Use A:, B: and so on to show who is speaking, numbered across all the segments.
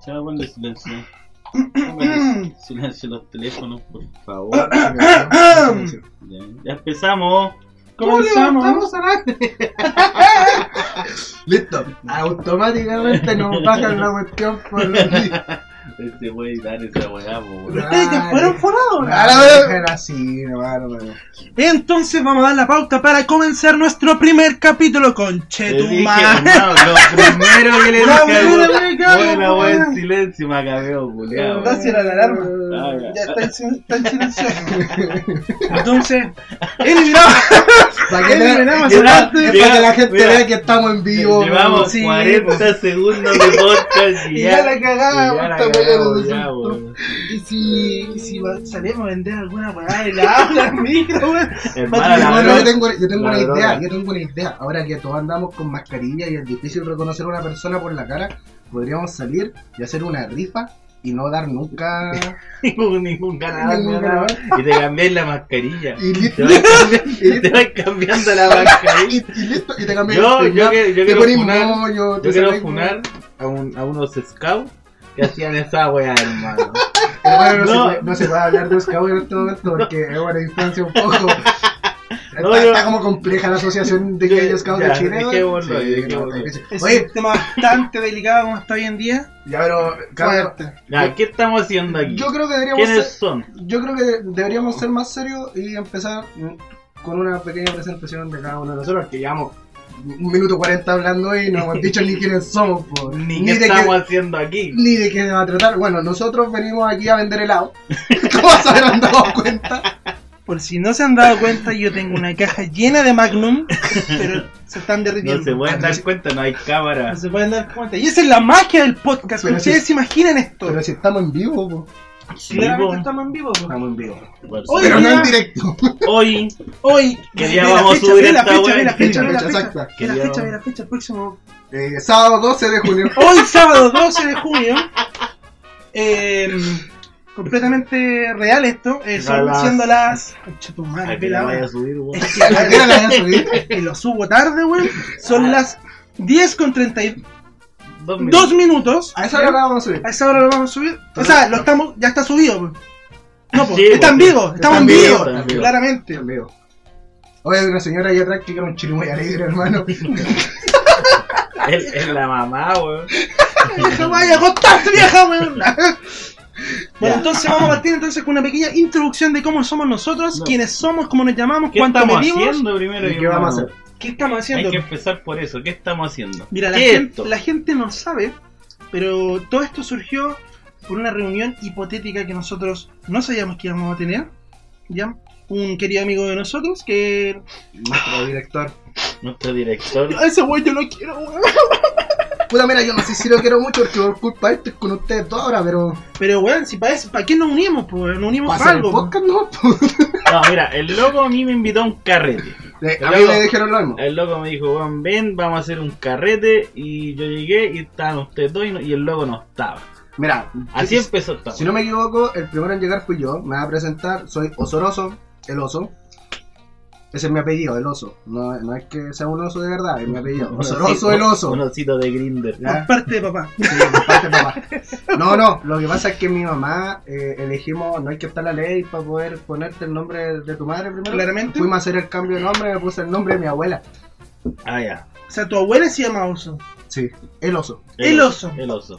A: Se va a silencio. Póngale silencio los teléfonos, por favor. Ya, ya empezamos. Comenzamos.
B: Estamos al aire. Listo. Automáticamente nos bajan la cuestión por
A: Este wey, dar esa weá, po, weón.
C: Ustedes ya fueron forrados.
B: Ah, Era así, hermano.
C: Entonces vamos a dar la pauta para comenzar nuestro primer capítulo con
A: Te dije, hermano,
C: Chetumar.
A: lo primero que le dije.
B: Vamos,
A: weón.
B: mira, me cago,
A: Buena, weón,
B: weón.
A: silencio, macabeo, culiao.
B: No, si era la
A: Ah,
B: alarma.
A: ya.
B: Ya está en sil- está en silencio.
C: Entonces, eliminamos.
B: Para que, vea-
C: Eliminamos
B: es
C: el
B: para-
A: arte.
B: es para que la gente
A: Mira,
B: vea que estamos en vivo.
A: Llevamos
C: sí,
A: 40 segundos de podcast y
B: Y ya la cagamos,
A: ya la
B: esta
A: cagamos,
B: weá
A: ya,
B: nos
A: weón.
C: Y si, y si va- salimos a vender alguna weá y la habla al micro, weón.
A: Hermana, la
B: Bueno,
A: verdad-
B: Pues, yo tengo, yo tengo
A: la
B: una
A: verdad.
B: idea, yo tengo una idea. Ahora que todos andamos con mascarilla y es difícil reconocer a una persona por la cara, podríamos salir y hacer una rifa y no dar nunca.
A: ningún, ningún ganador,
B: Ningún
A: ni nada. Y te cambiáis la mascarilla.
B: Y listo.
A: Te vas cambiando, te vas cambiando la mascarilla.
B: Y, y listo, y te cambias.
A: Yo,
B: el
A: yo,
B: peinado,
A: que- yo
B: te
A: quiero
B: pones
A: funar,
B: moño,
A: yo
B: te
A: quiero
B: sacas-
A: funar a, un- a unos scouts que hacían esa weá, hermano.
B: Hermano, no,
A: No.
B: Se puede, no se puede hablar de Oscar en este momento porque es una distancia un poco. Está,
A: No, yo-
B: está como compleja la asociación de que
A: Yo-
B: hay Oscar de
A: ya,
B: Chile.
A: dejémoslo,
B: ¿no? Sí,
A: dejémoslo.
B: no, está difícil.
C: Es
B: Oye,
C: un tema bastante delicado como está hoy en día.
B: ya, pero. cabrón,
C: Fuerte.
A: Ya, ¿Qué estamos haciendo aquí?
B: Yo creo que deberíamos.
A: ¿Quiénes
B: ser-
A: son?
B: Yo creo que deberíamos ser más serios y empezar con una pequeña presentación de cada uno de nosotros, que llevamos un minuto cuarenta hablando y no hemos dicho ni quiénes somos, po.
A: Ni,
B: ni,
A: qué
B: de
A: estamos
B: qué,
A: haciendo aquí.
B: ni de qué se va a tratar. Bueno, nosotros venimos aquí a vender helado, como se habrán dado cuenta.
C: Por si no se han dado cuenta, yo tengo una caja llena de Magnum, pero se están derritiendo.
A: No se pueden dar cuenta, no hay cámara.
C: No se pueden dar cuenta. Y esa es la magia del podcast.
B: Pero
C: Ustedes
B: sí.
C: se imaginan esto.
B: Pero si estamos en vivo, po.
A: Sí,
C: Claramente
A: po.
C: estamos en vivo. pues. po.
B: estamos en vivo.
C: Oye,
B: Pero no
C: mira.
B: en directo.
A: Hoy,
C: Hoy,
A: Que
C: ve
A: ya
C: la
A: vamos a
C: fecha,
A: subir
C: ve la
A: esta
C: fecha,
A: wea
C: ve la
A: en
C: fecha, ve
B: fecha,
C: la
B: fecha
C: fecha,
B: exacta.
C: ve la
A: Que ya
C: fecha, ve
A: vamos.
C: la fecha, el próximo.
B: Eh, sábado 12 de junio.
C: Hoy, sábado 12 de junio. eh, completamente real esto. eh, son
A: Galas.
C: siendo las. Concha tu madre,
A: a
C: ve
A: que la
C: la
A: vaya
C: hora.
A: a subir, weón.
C: Es
B: ¿A qué hora la van a subir?
C: que- que lo subo tarde, weón. Son las 10 con 32
A: Ah. Dos minutos.
C: minutos.
B: A esa hora la vamos a subir.
C: A esa hora lo vamos a subir. O sea, lo estamos, ya está subido. weón. No, po,
A: Sí,
C: está en
A: po, sí.
C: vivo, estamos
B: Está
C: en vivo,
A: en vivo.
C: claramente.
B: En vivo. Oye, hay una señora ahí atrás que era un chino muy alegre, hermano.
A: Es es la mamá, weón.
C: vieja, vaya, contaste, vieja, weón.
A: Ya.
C: Bueno, entonces vamos a partir entonces con una pequeña introducción de cómo somos nosotros,
A: No.
C: quiénes somos, cómo nos llamamos,
A: ¿Qué
C: cuánto
A: estamos
C: medimos,
A: haciendo primero?
B: ¿Y qué vamos a hacer?
C: qué estamos haciendo.
A: Hay que empezar por eso. ¿Qué estamos haciendo?
C: Mira, la
A: ¿Qué es
C: gente,
A: esto?
C: la gente no sabe, pero todo esto surgió por una reunión hipotética que nosotros no sabíamos que íbamos a tener. ¿ya? Un querido amigo de nosotros que...
B: Nuestro director.
A: Nuestro director.
C: A ese güey yo lo quiero, weón.
B: Puta, mira, yo no sé si lo quiero mucho porque por culpa de esto es con ustedes todos ahora, pero.
C: Pero, weón, si para eso, ¿para qué nos unimos, pues? Nos unimos
B: ¿Pasa
C: para
B: el
C: algo. po.
B: podcast, no?
A: No, mira, el loco a mí me invitó a un carrete.
B: Eh, a mí me dijeron lo mismo.
A: El loco me dijo, weón, ven, vamos a hacer un carrete. Y yo llegué y estaban ustedes dos y, no- y el loco no estaba.
B: Mira,
A: Así
B: si-
A: empezó esta
B: Si no me equivoco, el primero en llegar fui yo. Me va a presentar, soy Osoroso, el oso. Ese es mi apellido, el oso. No, no es que sea un oso de verdad, es mi apellido.
A: Un
B: Osoroso,
A: osito-
B: el oso.
A: Un osito de Grinder.
B: Ya.
C: Por parte de papá.
B: Sí, por parte de papá. No, no, lo que pasa es que mi mamá eh, elegimos, no hay que estar la ley para poder ponerte el nombre de tu madre primero.
C: Claramente.
B: Fuimos a hacer el cambio de nombre, me puse el nombre de mi abuela.
A: Ah, ya.
C: O sea, tu abuela se llama Oso.
B: Sí, el oso,
C: El oso.
A: El oso.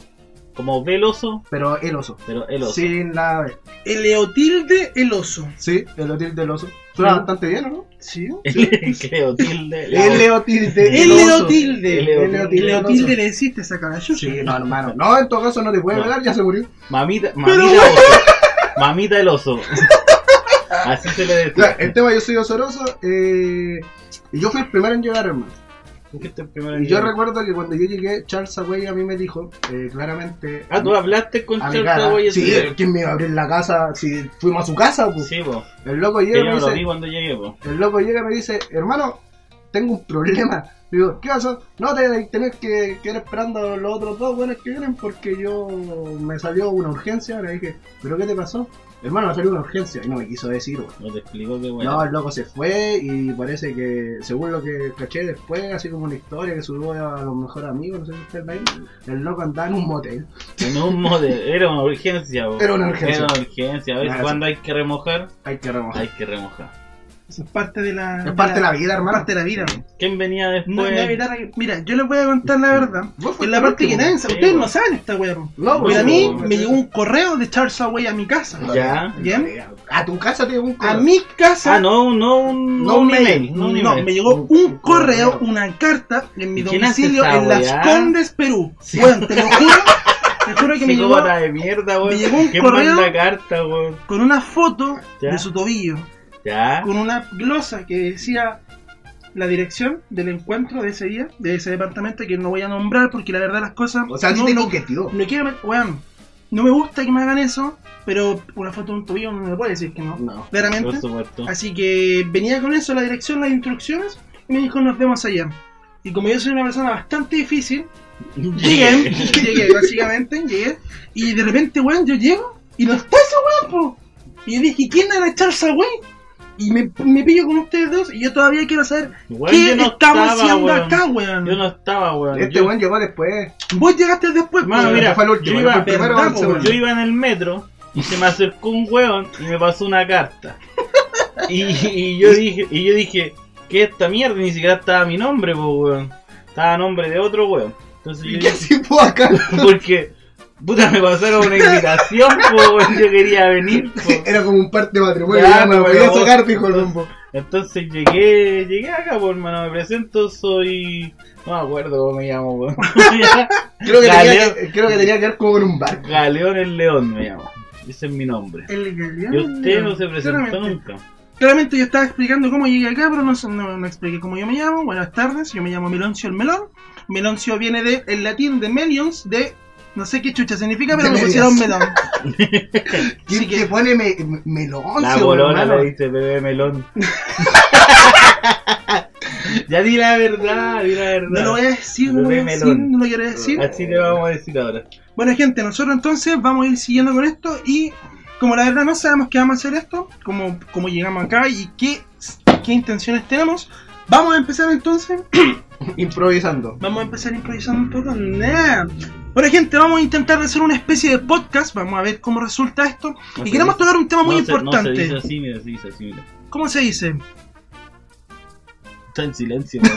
A: Como veloso,
B: pero el oso.
A: pero el oso.
B: Sin la B.
C: Eleotilde el Oso.
B: Sí, el otil del oso. Suena
C: Sí.
B: bastante bien, ¿o ¿no?
C: ¿Sí?
A: Cleotilde. la
B: El otil del oso.
C: Eleotilde.
B: Eleotilde del oso.
C: Eleotilde le hiciste sacar a Yuya.
B: Sí, no, hermano. No, en todo caso no te puede
A: No.
B: hablar, ya se murió.
A: Mamita,
C: Pero,
A: mamita oso. Mamita el oso. Así se le
B: Ya,
A: decía.
B: el tema, yo soy osoroso. Eh, y yo fui el primero en llegar, hermano.
A: Este es el primer
B: Y yo
A: año.
B: recuerdo que cuando yo llegué, Charles Away a mí me dijo eh, claramente.
A: Ah, tú hablaste con
B: a mi
A: Charles
B: cara,
A: Savoy ese
B: Sí,
A: día?
B: ¿quién me iba a abrir la casa? Si fuimos a su casa, pues.
A: Sí, po.
B: El loco
A: Que
B: llega y
A: yo
B: me
A: lo vi
B: dice.
A: cuando llegué, po.
B: El loco llega y me dice, hermano, tengo un problema. Le digo, ¿qué pasa? No te tenés que quedar esperando a los otros dos buenos que vienen porque yo me salió una urgencia. Le dije, ¿pero qué te pasó? Hermano, me salió una urgencia. Y no me quiso decir, weón.
A: No te explico qué
B: No,
A: weón.
B: el loco se fue y parece que, según lo que caché después, así como una historia que subió a los mejores amigos, no sé si está el mail, el loco andaba en un motel.
A: En un modelo. Era una urgencia, weón.
B: Era una
A: Era
B: urgencia.
A: una urgencia. ¿Ves
B: Gracias.
A: cuándo hay que remojar?
B: Hay que remojar.
A: Hay que remojar.
C: Eso es parte de la.
B: Es parte de la vida, hermano. este
C: parte de la vida.
A: ¿Quién venía
C: No,
A: después?
C: no evitar a que- Mira, yo les voy a contar la verdad.
B: Vos
C: En la
B: fuiste
C: parte que
B: último.
C: nadie sabe.
A: Sí,
C: Ustedes
A: weón.
C: no saben esta weá. weón.
B: No,
A: Pues
C: Pero a
B: weón.
C: mí
A: weón.
C: me llegó un correo de Charles Away a mi casa.
A: Ya.
C: ¿Ya?
B: A tu casa te llegó un
C: A
B: correo.
C: mi casa.
A: Ah, no, no, un,
C: No,
A: un
C: me-
A: email. No, un
C: no,
A: email.
C: me llegó
B: Un-
C: un
B: un
C: correo,
B: correo.
C: una carta en mi
A: ¿Y quién hace
C: domicilio
A: esta
C: en Las
A: weá?
C: Condes, Perú.
A: Sí.
C: Weón, te lo juro, te juro que me llegó
A: Psicópata de mierda, weón.
C: me llegó un
A: ¿Quién
C: correo-
A: manda carta, weón?
C: con una foto
A: Ya.
C: de su tobillo,
A: Ya.
C: con una glosa que decía la dirección del encuentro de ese día, de ese departamento que no voy a nombrar porque la verdad las cosas
B: O sea,
C: no,
B: no, te
C: no,
B: coqueteó.
C: no quiero, me- weón, no me gusta que me hagan eso, pero una foto de un tobillo no me puede decir que no,
B: No.
A: Por
C: claramente.
A: supuesto.
C: Así que venía con eso, la dirección, las instrucciones, y me dijo nos vemos allá. Y como yo soy una persona bastante difícil, llegué, llegué, básicamente, llegué, y de repente, weón, yo llego, y no está ese weón, po. Y yo dije, ¿quién era Charles Away? Y me, me pillo con ustedes dos, y yo todavía quiero saber
A: Weón,
C: qué
A: yo no
C: estamos
A: estaba,
C: haciendo
A: weón.
C: acá, weón.
A: Yo no estaba, weón.
B: Este
A: Yo-
B: weón llegó después.
C: Vos llegaste después,
A: Mano,
C: po.
A: mira,
B: este fue el
A: yo
B: último, fue
A: iba,
B: el primero,
A: verdad,
B: el segundo.
A: yo iba en el metro y se me acercó un hueón y me pasó una carta. Y, y yo dije, y yo dije, ¿qué es esta mierda? Ni siquiera estaba mi nombre, po, weón. Estaba a nombre de otro hueón. Entonces yo
B: ¿Y qué
A: dije,
B: así fue acá?
A: porque, puta, me pasaron una invitación, po, weón, yo quería venir, po.
C: pues.
B: Era como un parte de matrimonio.
A: Ya,
B: Ya, me
A: pero
B: podía
A: vos-
B: sacar, dijo el rumbo.
A: Entonces llegué, llegué acá, por hermano, me presento, soy... No me acuerdo cómo me llamo, weón.
B: Creo que, tenía
A: Galeo.
B: que, creo que tenía que ver como en un bar.
A: Galeón el León me llamo. Ese es mi nombre.
C: El galeón,
A: Y usted no se
C: claramente.
A: presentó nunca.
C: Claramente yo estaba explicando cómo llegué acá, pero no, sé- no, no expliqué cómo yo me llamo. Buenas tardes, yo me llamo Meloncio el Melón. Meloncio viene del latín de melions, de no sé qué chucha significa, pero
B: De
C: me pusieron melón.
B: ¿Quién
C: Sí que-
B: que pone me, me- melón?
A: La
B: sí,
A: bolona
B: hermano?
A: le dice bebé melón. ya di la verdad, di la verdad.
C: No lo voy a decir, no lo voy a
A: Bebé
C: decir,
A: melón. Ah.
C: no lo quiero decir.
A: Así le vamos a decir ahora.
C: Bueno, gente, nosotros entonces vamos a ir siguiendo con esto y como la verdad no sabemos qué vamos a hacer esto, cómo, cómo llegamos acá y qué, qué intenciones tenemos, vamos a empezar entonces
B: Improvisando.
C: Vamos a empezar improvisando un poco. Nah. Bueno, gente, vamos a intentar hacer una especie de podcast. Vamos a ver cómo resulta esto.
A: No
C: y
A: se
C: queremos
A: dice-
C: tocar un tema muy
A: no se-
C: importante.
A: no se dice así, mira, se dice así, mira.
C: ¿Cómo se dice?
A: Está en silencio. weón.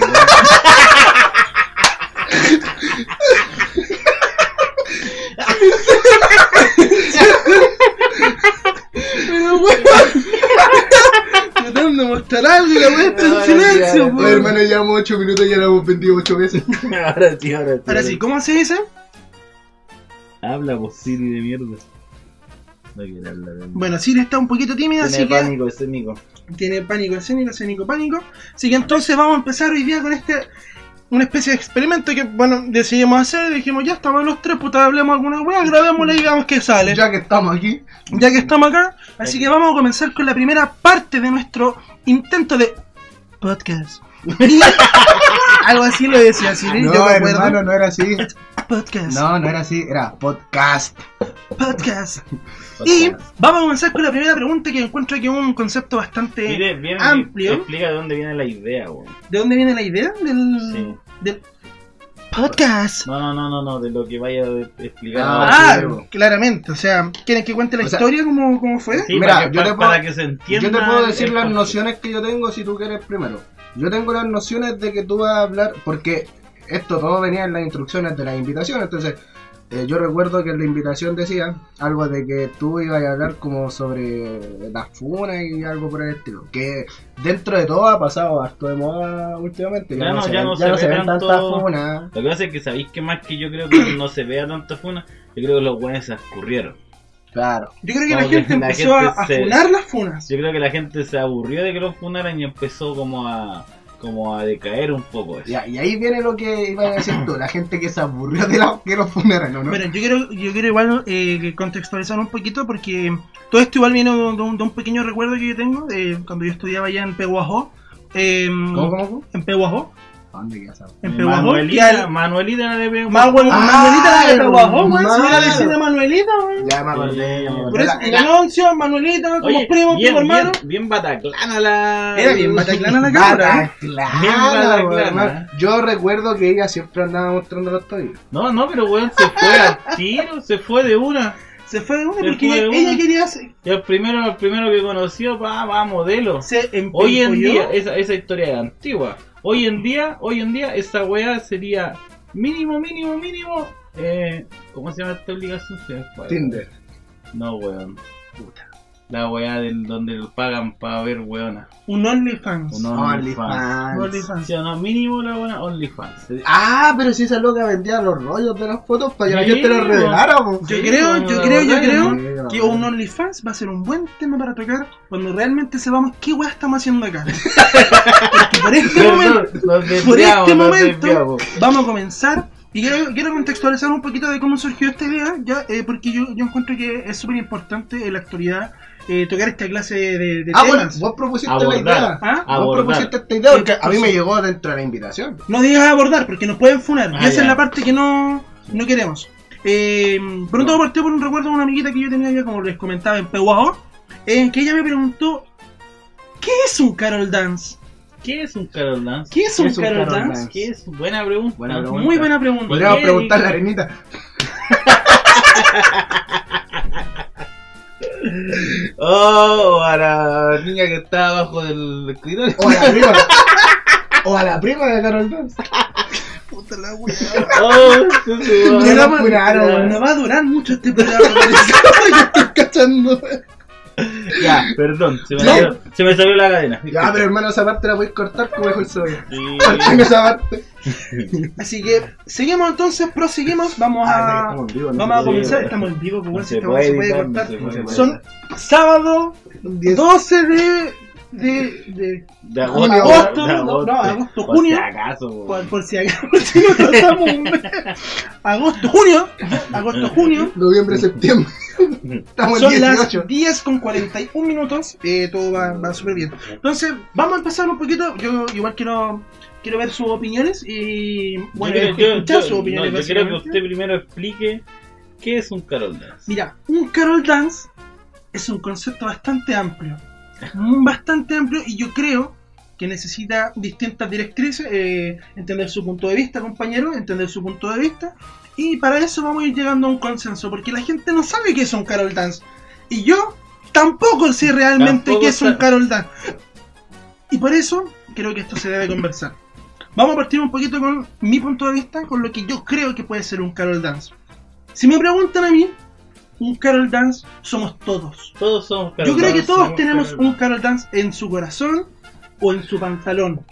C: Pero bueno. Tratando de mostrar algo y la weá está en
A: Ahora sí,
C: silencio,
A: ahora sí.
B: Oye,
C: weón.
B: hermano, llevamos 8 minutos y ya lo hemos vendido 8 veces.
A: ahora sí, ahora sí.
C: Ahora sí, ¿cómo se dice?
A: Habla vos, Siri de mierda. No quiere hablar. weón.
C: Bueno, Siri está un poquito tímida,
A: Tiene
C: así que
A: pánico escénico.
C: tiene pánico escénico, escénico, pánico. Así que entonces vamos a empezar hoy día con este. Una especie de experimento que, bueno, decidimos hacer. Dijimos, ya estamos los tres, puta, hablemos alguna weá, grabémosla y veamos qué sale.
B: Ya que estamos aquí,
C: ya que estamos acá. Así que vamos a comenzar con la primera parte de nuestro intento de podcast. Algo así lo decía Siri,
B: no,
C: yo me acuerdo.
B: hermano, no era así.
C: Podcast,
B: No, no era así, era podcast.
C: podcast. Y vamos a comenzar con la primera pregunta que encuentro que es un concepto bastante...
A: Mire, bien,
C: amplio.
A: Explica de dónde viene la idea, weón.
C: ¿De dónde viene la idea del,
A: Sí.
C: del podcast?
A: No, no, no, no, no, de lo que vaya a explicar.
B: Ah,
A: ahora.
C: Ah,
B: claro.
C: claramente. O sea, ¿quieren que cuente la
B: O sea-
C: historia como, como fue?
A: Sí,
B: Mira,
A: para que,
B: yo te
A: pa-
B: puedo-
A: para que se entienda.
B: Yo te puedo
A: el-
B: decir
A: el
B: las
A: concepto.
B: nociones que yo tengo si tú quieres primero. Yo tengo las nociones de que tú vas a hablar, porque esto todo venía en las instrucciones de las invitaciones. Entonces, eh, yo recuerdo que en la invitación decía algo de que tú ibas a hablar como sobre las funas y algo por el estilo. Que dentro de todo ha pasado harto de moda últimamente.
A: Ya no-
B: se
A: ya
B: ven-
A: no se ve tanto-
B: tantas funas.
A: Lo que pasa es que sabéis que más que yo creo que no se vea tanta funa, yo creo que los weones se escurrieron.
B: Claro.
C: Yo creo que la
A: Como que
C: gente
A: la
C: empezó a,
A: gente
C: a
A: se-
C: funar las funas.
A: Yo creo que la gente se aburrió de que los funaran y empezó como a como a decaer un poco eso.
B: Ya, y ahí viene lo que iba a decir tú, la gente que se aburrió de la, que los funaran, ¿o ¿no?
C: Bueno, yo quiero, yo quiero igual eh, contextualizar un poquito porque todo esto igual viene de un, de un- de un pequeño recuerdo que yo tengo de cuando yo estudiaba allá en Peguajó, eh,
A: mm.
B: ¿Cómo, cómo, cómo?
C: en Pehuajó.
B: ¿A dónde quedas ahora?
C: En Pehuajó. y
A: Manuelita,
C: al-
A: Manuelita era de Pehuajó.
C: Manuel-
B: Ah,
C: Manuelita de Pehuajó, weón. Si era
B: hermano.
C: vecina Manuelita, weón.
B: Ya me acordé, ya me
C: Por
B: acordé.
C: eso,
B: Era-
C: y Anuncio, Manuelita, como
A: Oye,
C: primo,
A: bien,
C: como hermano.
A: Bien, bien bataclana la.
C: Era bien bataclana la cabra. ¿eh?
A: Bien
B: Bataclana,
A: Bataclana.
B: weón, hermano. Yo recuerdo que ella siempre andaba mostrando los tobillos.
A: No, no, pero weón se fue al tiro, se fue de una.
C: Se fue de una
A: Se
C: porque
A: fue de
C: ella,
A: una.
C: ella quería ser.
A: Y el primero, el primero que conoció, va, va, modelo.
C: se
A: Hoy en
C: empempolló.
A: día, esa, esa historia es antigua. Hoy en día, hoy en día, esa weá sería mínimo, mínimo, mínimo. Eh, ¿Cómo se llama esta obligación? Se me fue.
B: Tinder.
A: No, weón.
B: Puta.
A: La weá del donde lo pagan para ver weona.
C: Un OnlyFans.
A: Un
B: OnlyFans.
C: OnlyFans.
A: Sí, no, mínimo la buena OnlyFans.
B: Ah, pero si esa loca vendía los rollos de las fotos para que la
A: Sí,
B: gente los
A: weón.
B: revelara, po.
C: Yo
A: Sí,
C: creo,
A: como
C: yo
A: la
C: creo, yo
A: verdad,
C: creo
B: ¿no?
C: que un OnlyFans va a ser un buen tema para tocar cuando realmente sepamos qué weá estamos haciendo acá. Porque por este momento, por este momento, vamos a comenzar. Y quiero, quiero contextualizar un poquito de cómo surgió esta idea, ya, eh, porque yo, yo encuentro que es súper importante en la actualidad eh, tocar esta clase de, de
B: Ah, bueno,
C: temas.
B: vos propusiste
A: Abordar.
B: la idea.
C: ¿Ah?
B: Vos
A: Abordar.
B: propusiste esta idea porque a mí
C: Sí.
B: me llegó dentro de la invitación.
C: No digas abordar, porque nos pueden funar. y
A: Ah,
C: esa
A: ya.
C: es la parte que no, no queremos. Eh, pero todo partió por un recuerdo de una amiguita que yo tenía ya, como les comentaba, en Pehuajó, en que ella me preguntó, ¿qué es un Carol Dance?
A: ¿Qué es un Carol Dance?
C: ¿Qué es un, Carol, Dance?
A: ¿Qué es? Buena pregunta.
B: Buena pregunta.
C: Muy buena pregunta.
B: Podríamos
A: ¿Qué?
B: preguntarle a Arenita.
A: Oh, a la niña que está abajo del escritorio.
B: O a la prima. o a la prima de Carol Dance.
C: Puta la wea.
A: Oh, se subió.
B: Qué
C: No,
B: nos
C: va-
B: funaron.
C: no va a durar mucho este programa. parece.
B: Cachando.
A: Ya, perdón, se me,
B: No.
A: salió, se me salió la cadena.
B: Ya, pero hermano, esa parte la podéis cortar como dijo el cebolla.
A: Sí.
B: Cortame esa parte.
C: Así que, seguimos entonces, proseguimos. Vamos
B: Ah,
C: a,
B: estamos en vivo, no
C: vamos a
B: se puede.
C: comenzar.
A: Sí,
C: Estamos en vivo, pues
A: No
C: bueno, si
A: se
C: esta wea
A: puede
C: se puede
A: editar, no
C: cortar.
A: se puede
C: Son sábado 12 de. de, de
A: De agosto,
C: Agosto,
A: de
C: no, no, agosto,
A: Por
C: junio.
A: si acaso,
C: por, por si acaso por si no tratamos un mes. Agosto, junio. Agosto, junio.
B: Noviembre, septiembre. Mm. Estamos en
C: Son las
B: 18.
C: 10 con 41 minutos. Eh, todo va, va súper bien. Entonces, vamos a empezar un poquito. Yo igual quiero, quiero ver sus opiniones y. Bueno,
A: yo, creo- yo-
C: escuchar
A: yo-
C: sus opiniones.
A: no, yo creo que
C: básicamente.
A: usted primero explique qué es un Carol Dance.
C: Mira, un Carol Dance es un concepto bastante amplio. Mm, Bastante amplio y yo creo que necesita distintas directrices, eh, entender su punto de vista, compañero, entender su punto de vista. Y para eso vamos a ir llegando a un consenso, porque la gente no sabe qué es un Carol Dance. Y yo tampoco sé realmente
A: Tampoco
C: qué es un
A: sa-
C: Carol Dance. Y por eso creo que esto se debe conversar. Vamos a partir un poquito con mi punto de vista, con lo que yo creo que puede ser un Carol Dance. Si me preguntan a mí, un Carol Dance somos todos.
A: Todos somos Carol
C: Yo creo que
A: Dance,
C: todos
A: somos
C: tenemos
A: Carol
C: un Carol Dance en su corazón o en su pantalón.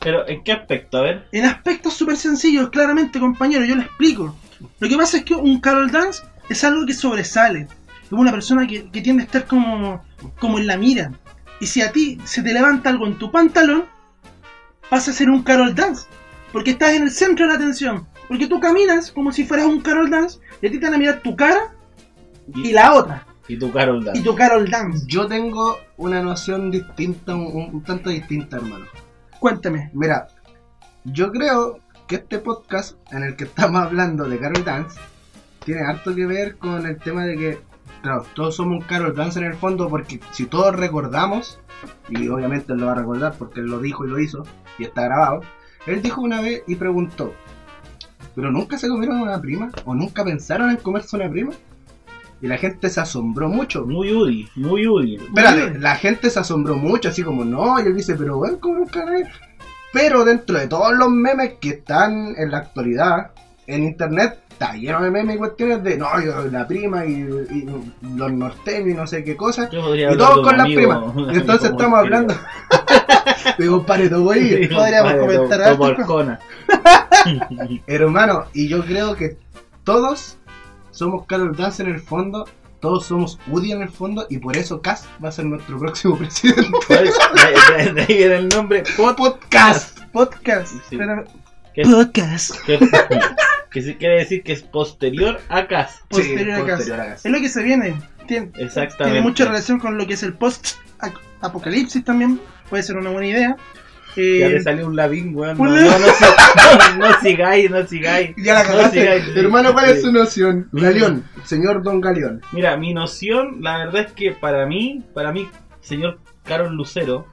A: Pero, ¿en qué aspecto? A ver.
C: En aspectos súper sencillos, claramente, compañero, yo lo explico. Lo que pasa es que un Carol Dance es algo que sobresale. Es una persona que, que tiende a estar como, como en la mira. Y si a ti se te levanta algo en tu pantalón, vas a ser un Carol Dance. Porque estás en el centro de la atención. Porque tú caminas como si fueras un Carol Dance y a ti te van a mirar tu cara y la otra.
A: y tu Carol
C: Y
A: Dance.
C: tu Carol Dance.
B: Yo tengo una noción distinta, un, un tanto distinta, hermano.
C: Cuéntame.
B: Mira, yo creo que este podcast en el que estamos hablando de Carol Dance tiene harto que ver con el tema de que, claro, todos somos un Carol Dance en el fondo, porque si todos recordamos, y obviamente él lo va a recordar porque él lo dijo y lo hizo, y está grabado, él dijo una vez y preguntó, ¿pero nunca se comieron una prima? ¿O nunca pensaron en comerse una prima? Y la gente se asombró mucho.
A: Muy Udi, muy Udi.
B: Espérate, la gente se asombró mucho, así como, no, y él dice, pero bueno, como nunca nadie? Pero dentro de todos los memes que están en la actualidad, en internet, está lleno de memes y cuestiones de, no, yo la prima y, y los norteños y no sé qué cosas.
A: Yo podría
B: Y
A: hablar de
B: todos
A: un
B: con las
A: amigo,
B: primas.
A: un
B: Y
A: amigo
B: entonces
A: como
B: estamos
A: este.
B: hablando de compadre güey.
A: Sí,
C: podríamos
A: compadre,
C: comentar
A: Tom-
C: harto.
A: Tom Arcona.
B: Hermano, y yo creo que todos somos Carol Dance en el fondo, todos somos Woody en el fondo, y por eso Cass va a ser nuestro próximo presidente.
A: Pues, de- de- de ahí viene el nombre. Pot-
B: Podcast.
C: Podcast.
A: Sí.
C: Pero-
A: ¿Qué?
C: Podcast.
A: ¿Qué, Que se quiere decir que es posterior a casa.
C: Posterior a casa.
B: posterior a casa.
C: Es lo que se viene. Tien-
A: Exactamente.
C: tiene mucha relación con lo que es el post-apocalipsis también. Puede ser una buena idea. Eh,
A: Ya le salió un labín, weón. No,
C: un
A: no,
C: labín.
A: no, sig- no sigáis, no sigáis.
B: Ya la
A: No
B: cagaste.
A: sigáis.
B: Hermano, ¿cuál es
A: Sí.
B: su noción? Galeón, señor Don Galeón.
A: Mira, mi noción, la verdad es que para mí, para mí, señor Carol Lucero,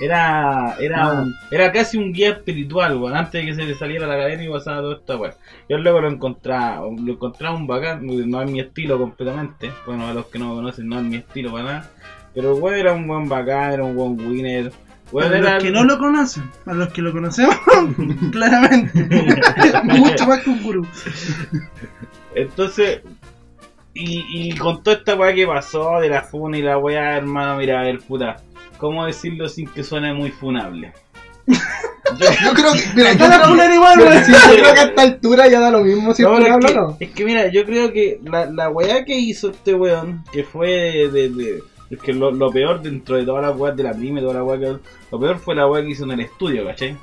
A: era era
B: Ah.
A: un- era casi un guía espiritual, weón, antes de que se le saliera la cadena y pasara toda esta weón. Yo luego lo encontraba, lo encontraba un bacán, no es mi estilo completamente, bueno, a los que no me conocen, no es mi estilo para nada, pero weón era un buen bacán, era un buen winner, weón
C: para
A: era...
C: los que no lo conocen, para los que lo conocemos, claramente. Mucho más que un gurú.
A: Entonces, y, y con toda esta weá que pasó de la funa y la weá, hermano, mira, a ver, puta, ¿cómo decirlo sin que suene muy funable?
B: Yo creo que. Mira, yo
C: Está la
B: creo,
C: culera igual,
B: yo-
C: güey.
B: sí, yo creo que a esta altura ya da lo mismo si
A: No,
B: no,
A: pero
B: hablo
A: es,
B: o
A: que,
B: no.
A: es que, mira, yo creo que la, la weá que hizo este weón, que fue de... de- de- es que lo, lo peor dentro de todas las weas de la prima y toda la weá que... Lo peor fue la weá que hizo en el estudio, ¿cachai?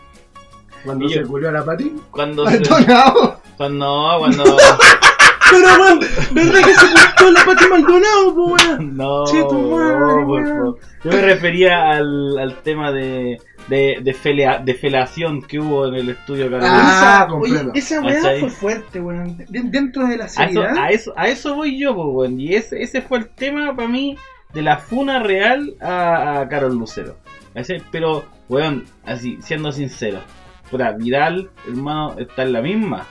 B: Cuando
A: Y yo-
B: se culió a la pati.
A: Cuando... se-
B: Maldonado.
A: cuando... cuando
C: Pero, weón, ¿verdad que se juntó la Pati Maldonado, po, weón?
A: No,
C: Che, tu madre,
A: no, por
C: weón.
A: favor. Yo me refería al, al tema de, de, de, felea- de felación que hubo en el estudio Carolina.
B: Ah,
C: Esa- Oye,
B: comprendo.
C: esa weá
A: ¿Cachai?
C: fue fuerte, weón. De- dentro de la
A: a, eso, ah,
C: seriedad.
A: a, eso, a eso voy yo, pues, weón. Y ese, ese fue el tema para mí de la funa real a, a Carol Lucero. ¿Cachai? Pero, weón, así, siendo sincero. Puta, viral, hermano, está en la misma.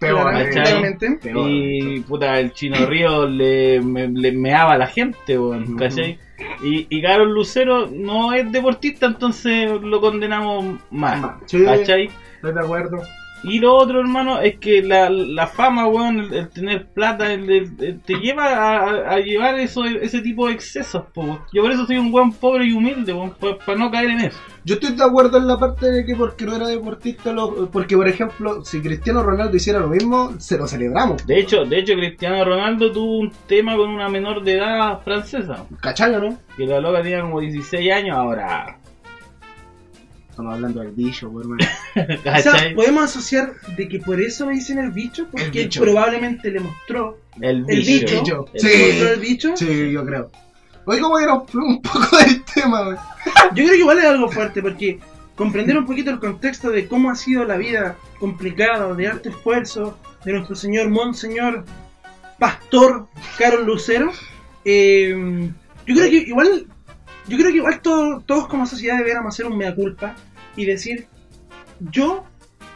B: Peor,
A: Claro,
B: eh.
A: ¿cachai?
C: claramente.
B: Peor.
A: y puta, el chino Río le, me, le meaba a la gente, weón,
B: Ujú.
A: ¿cachai? Y, y Carol Lucero no es deportista, entonces lo condenamos más,
B: Más, sí.
A: ¿cachai?
B: Estoy de acuerdo.
A: Y lo otro, hermano, es que la, la fama, weón, el, el tener plata, el- el- el- te lleva a, a- a llevar eso, ese tipo de excesos, po, weón. Yo por eso soy un weón pobre y humilde, weón, para no caer en eso.
B: Yo estoy de acuerdo en la parte de que porque no era deportista, lo- porque por ejemplo, si Cristiano Ronaldo hiciera lo mismo, se lo celebramos.
A: De hecho, de hecho Cristiano Ronaldo tuvo un tema con una menor de edad francesa,
B: ¿Cachayo, no?
A: que la loca tenía como 16 años ahora.
B: Estamos hablando del bicho, güey, hermano.
C: O sea,
A: ¿Cachai?
C: podemos asociar de que por eso le dicen el bicho, porque
B: El bicho.
C: él probablemente le mostró,
A: el
C: el
A: bicho.
C: bicho.
A: El
B: Sí.
A: bicho.
C: mostró el bicho.
B: Sí, yo creo. Hoy como era un un poco del tema, güey.
C: Yo creo que igual es algo fuerte porque comprender un poquito el contexto de cómo ha sido la vida complicada, de harto esfuerzo, de nuestro señor Monseñor Pastor Carol Lucero, eh, yo creo que igual, yo creo que igual todo- todos como sociedad deberíamos hacer un mea culpa y decir, yo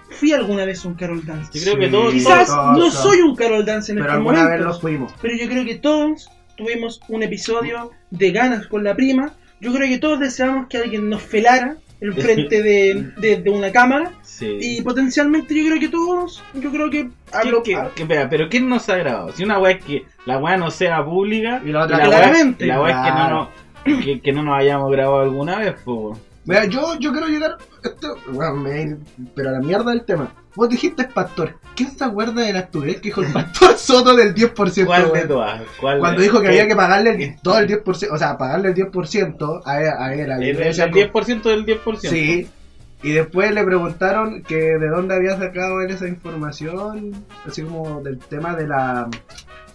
C: fui alguna vez un Carol Dance.
A: Yo creo que todos-
C: Quizás
B: todos,
C: no
B: todos.
C: soy un Carol Dance en
B: Pero
C: este
B: alguna
C: momento
B: vez los fuimos.
C: pero yo creo que todos tuvimos un episodio de ganas con la prima. Yo creo que todos deseamos que alguien nos felara en frente de, de- de una cámara.
A: Sí.
C: Y potencialmente yo creo que todos, yo creo que hablo
A: ¿Qué- qué- qué- espera, pero ¿quién nos ha grabado? Si una weá es que la weá no sea pública
B: Y la otra
A: weá-
C: claramente.
A: la weá es que no,
B: Claro.
A: nos- que, que no nos hayamos grabado alguna vez, po.
B: Mira, yo, yo quiero llegar. Esto, bueno, me- pero a la mierda del tema. Vos dijiste pastor. ¿Quién se acuerda de la tuberías que dijo el pastor Soto del 10%?
A: ¿Cuál
B: güey?
A: de todas? ¿Cuál de-
B: eh. Cuando dijo que
A: qué-
B: había que pagarle el- todo el 10%, o sea, pagarle el 10% a, a él, a la
A: el, el-
B: iglesia.
A: el 10% del 10%.
B: Sí. Y después le preguntaron que de dónde había sacado él esa información, así como del tema de la...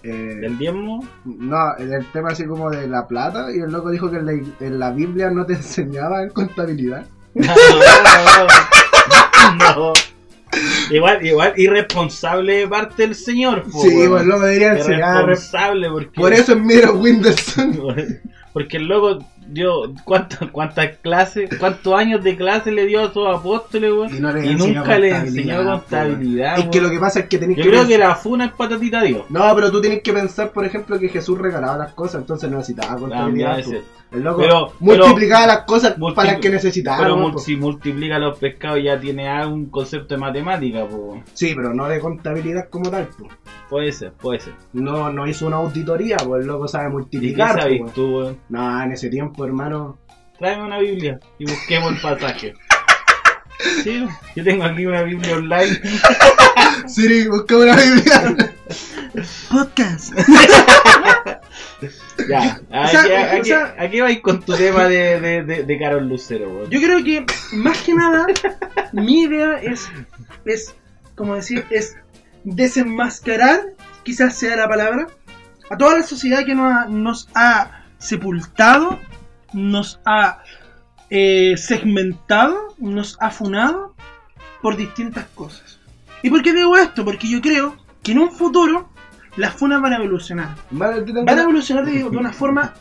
B: eh,
A: Del diezmo.
B: no, del tema así como de la plata. Y el loco dijo que en la, ig- en la Biblia no te enseñaban contabilidad.
A: No, no. Igual, igual, irresponsable de parte del señor, po,
B: sí,
A: weón.
B: pues no me diría enseñar.
A: Irresponsable, porque.
B: Por eso es Miro Winderson.
A: Porque el loco dio cuántas cuántas clases, cuántos años de clase le dio a sus apóstoles, weón.
B: Y, no
A: Y nunca le enseñó
B: pues,
A: contabilidad,
B: Es que
A: weón.
B: lo que pasa es que tenés
A: Yo
B: que...
A: creo
B: pens-
A: que la funa es patatita Dios.
B: No, pero tú tienes que pensar, por ejemplo, que Jesús regalaba las cosas, entonces no necesitaba contabilidad.
A: También es
B: pues.
A: cierto.
B: El loco
A: Pero-
B: multiplicaba las cosas
A: multipli-
B: para las que necesitaba. pues,
A: Pero
B: ¿no?
A: mul- si multiplica los pescados ya tiene algún concepto de matemática, po.
B: Sí, pero no de contabilidad como tal. pues.
A: puede ser, puede ser.
B: No, no hizo una auditoría, pues el loco sabe
A: ¿Y qué
B: multiplicar.
A: sabes
B: pues.
A: tú, weón?
B: No, en ese tiempo, hermano.
A: Tráeme una Biblia y busquemos el pasaje. Sí, yo tengo aquí una Biblia online.
B: Siri, busca una Biblia.
C: podcast.
A: Ya,
C: O
A: aquí,
C: sea,
A: aquí,
C: o sea-
A: aquí vais con tu tema de, de, de, de Carol Lucero, weón.
C: Yo creo que más que nada mi idea es, es como decir, es desenmascarar, quizás sea la palabra, a toda la sociedad que nos ha, nos ha sepultado, nos ha eh, segmentado, nos ha funado por distintas cosas. ¿Y por qué digo esto? Porque yo creo que en un futuro las funas van a evolucionar.
B: Vale, te tengo-
C: Van a evolucionar de, de una forma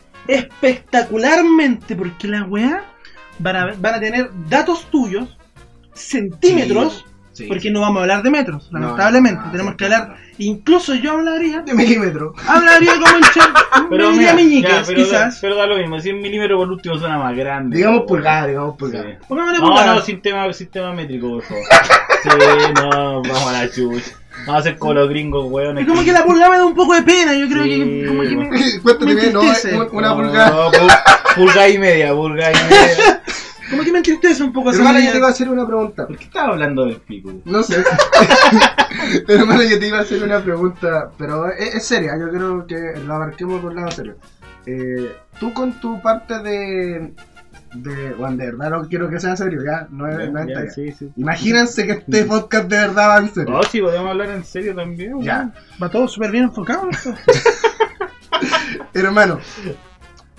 C: espectacularmente, porque las weas van a, van a tener datos tuyos, centímetros,
B: Sí.
C: porque no vamos a hablar de metros,
B: No,
C: lamentablemente.
B: no, no,
C: Tenemos
B: no,
C: que hablar,
B: no.
C: incluso yo hablaría,
B: de milímetro.
C: hablaría como el char,
A: Pero, mira,
C: diría meñiques,
A: ya, pero, da,
C: quizás.
A: pero da lo mismo, 100 milímetros por último suena más grande.
B: Digamos
A: po,
B: pulgada, digamos pulgada.
A: weón. Sí.
C: Pongámosle
A: No,
C: pulgadas.
A: no, sistema, sistema métrico, por favor. Sí, no, vamos a la chucha. Vamos a ser como los gringos, weón.
C: Es como que la pulgada me da un poco de pena, yo creo que como que me-
B: Cuéntate
C: Me
B: bien, no,
C: entristece.
B: Un- una pulgada.
A: No, pul- pulgada y media, pulgada y media.
C: como que me entristece un poco esa
B: Hermana, yo
C: idea.
B: te iba a hacer una pregunta.
A: ¿Por qué estaba hablando del pico?
B: No sé. Hermana, yo te iba a hacer una pregunta, pero es, es seria, yo creo que la abarquemos por lado serio. Eh, tú con tu parte de... de bueno, de verdad no quiero que sea serio, ya, no es, no es
A: Ya,
B: tarea.
A: sí, sí.
B: Imagínense que este podcast de verdad va en serio.
A: Oh, sí, podemos hablar en serio también, weón.
B: Ya.
C: Va todo súper bien enfocado. esto.
B: Hermano,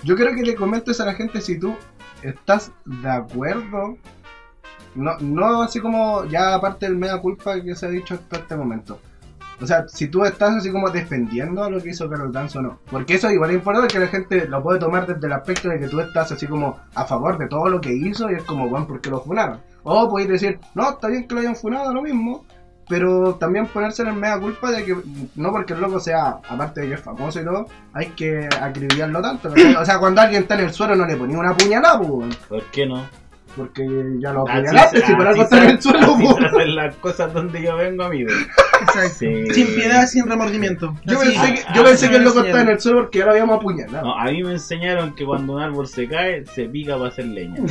B: yo creo que le comentes a la gente si tú estás de acuerdo. No, no así como ya aparte del mega culpa que se ha dicho hasta este momento. O sea, si tú estás así como defendiendo a lo que hizo Carol Dance o no. Porque eso igual es importante que la gente lo puede tomar desde el aspecto de que tú estás así como a favor de todo lo que hizo y es como, bueno, ¿por qué lo funaron? O podéis decir, no, está bien que lo hayan funado, lo mismo. Pero también ponerse en el mega culpa de que no porque el loco sea, aparte de que es famoso y todo, hay que acribillarlo tanto. ¿cachai? O sea, cuando alguien está en el suelo no le ponía una puñalada, pues, weón,
A: ¿Por qué no? Ah,
B: porque pues ya lo
C: Ah,
A: Así
B: apuñalaste,
A: se-
B: si por
A: así
B: algo está en
A: se-
B: el suelo,
A: así
B: pues.
A: se hacen las cosas donde yo vengo, amigo.
C: Exacto.
A: Sí.
C: Sin piedad, sin remordimiento.
B: Yo
C: Así-
B: pensé que,
A: ah,
B: yo pensé
C: ah,
B: que el loco
C: sí, Ah.
B: está en el suelo porque ya lo habíamos apuñalado.
A: No, a mí me enseñaron que cuando un árbol se cae, se pica para hacer leña.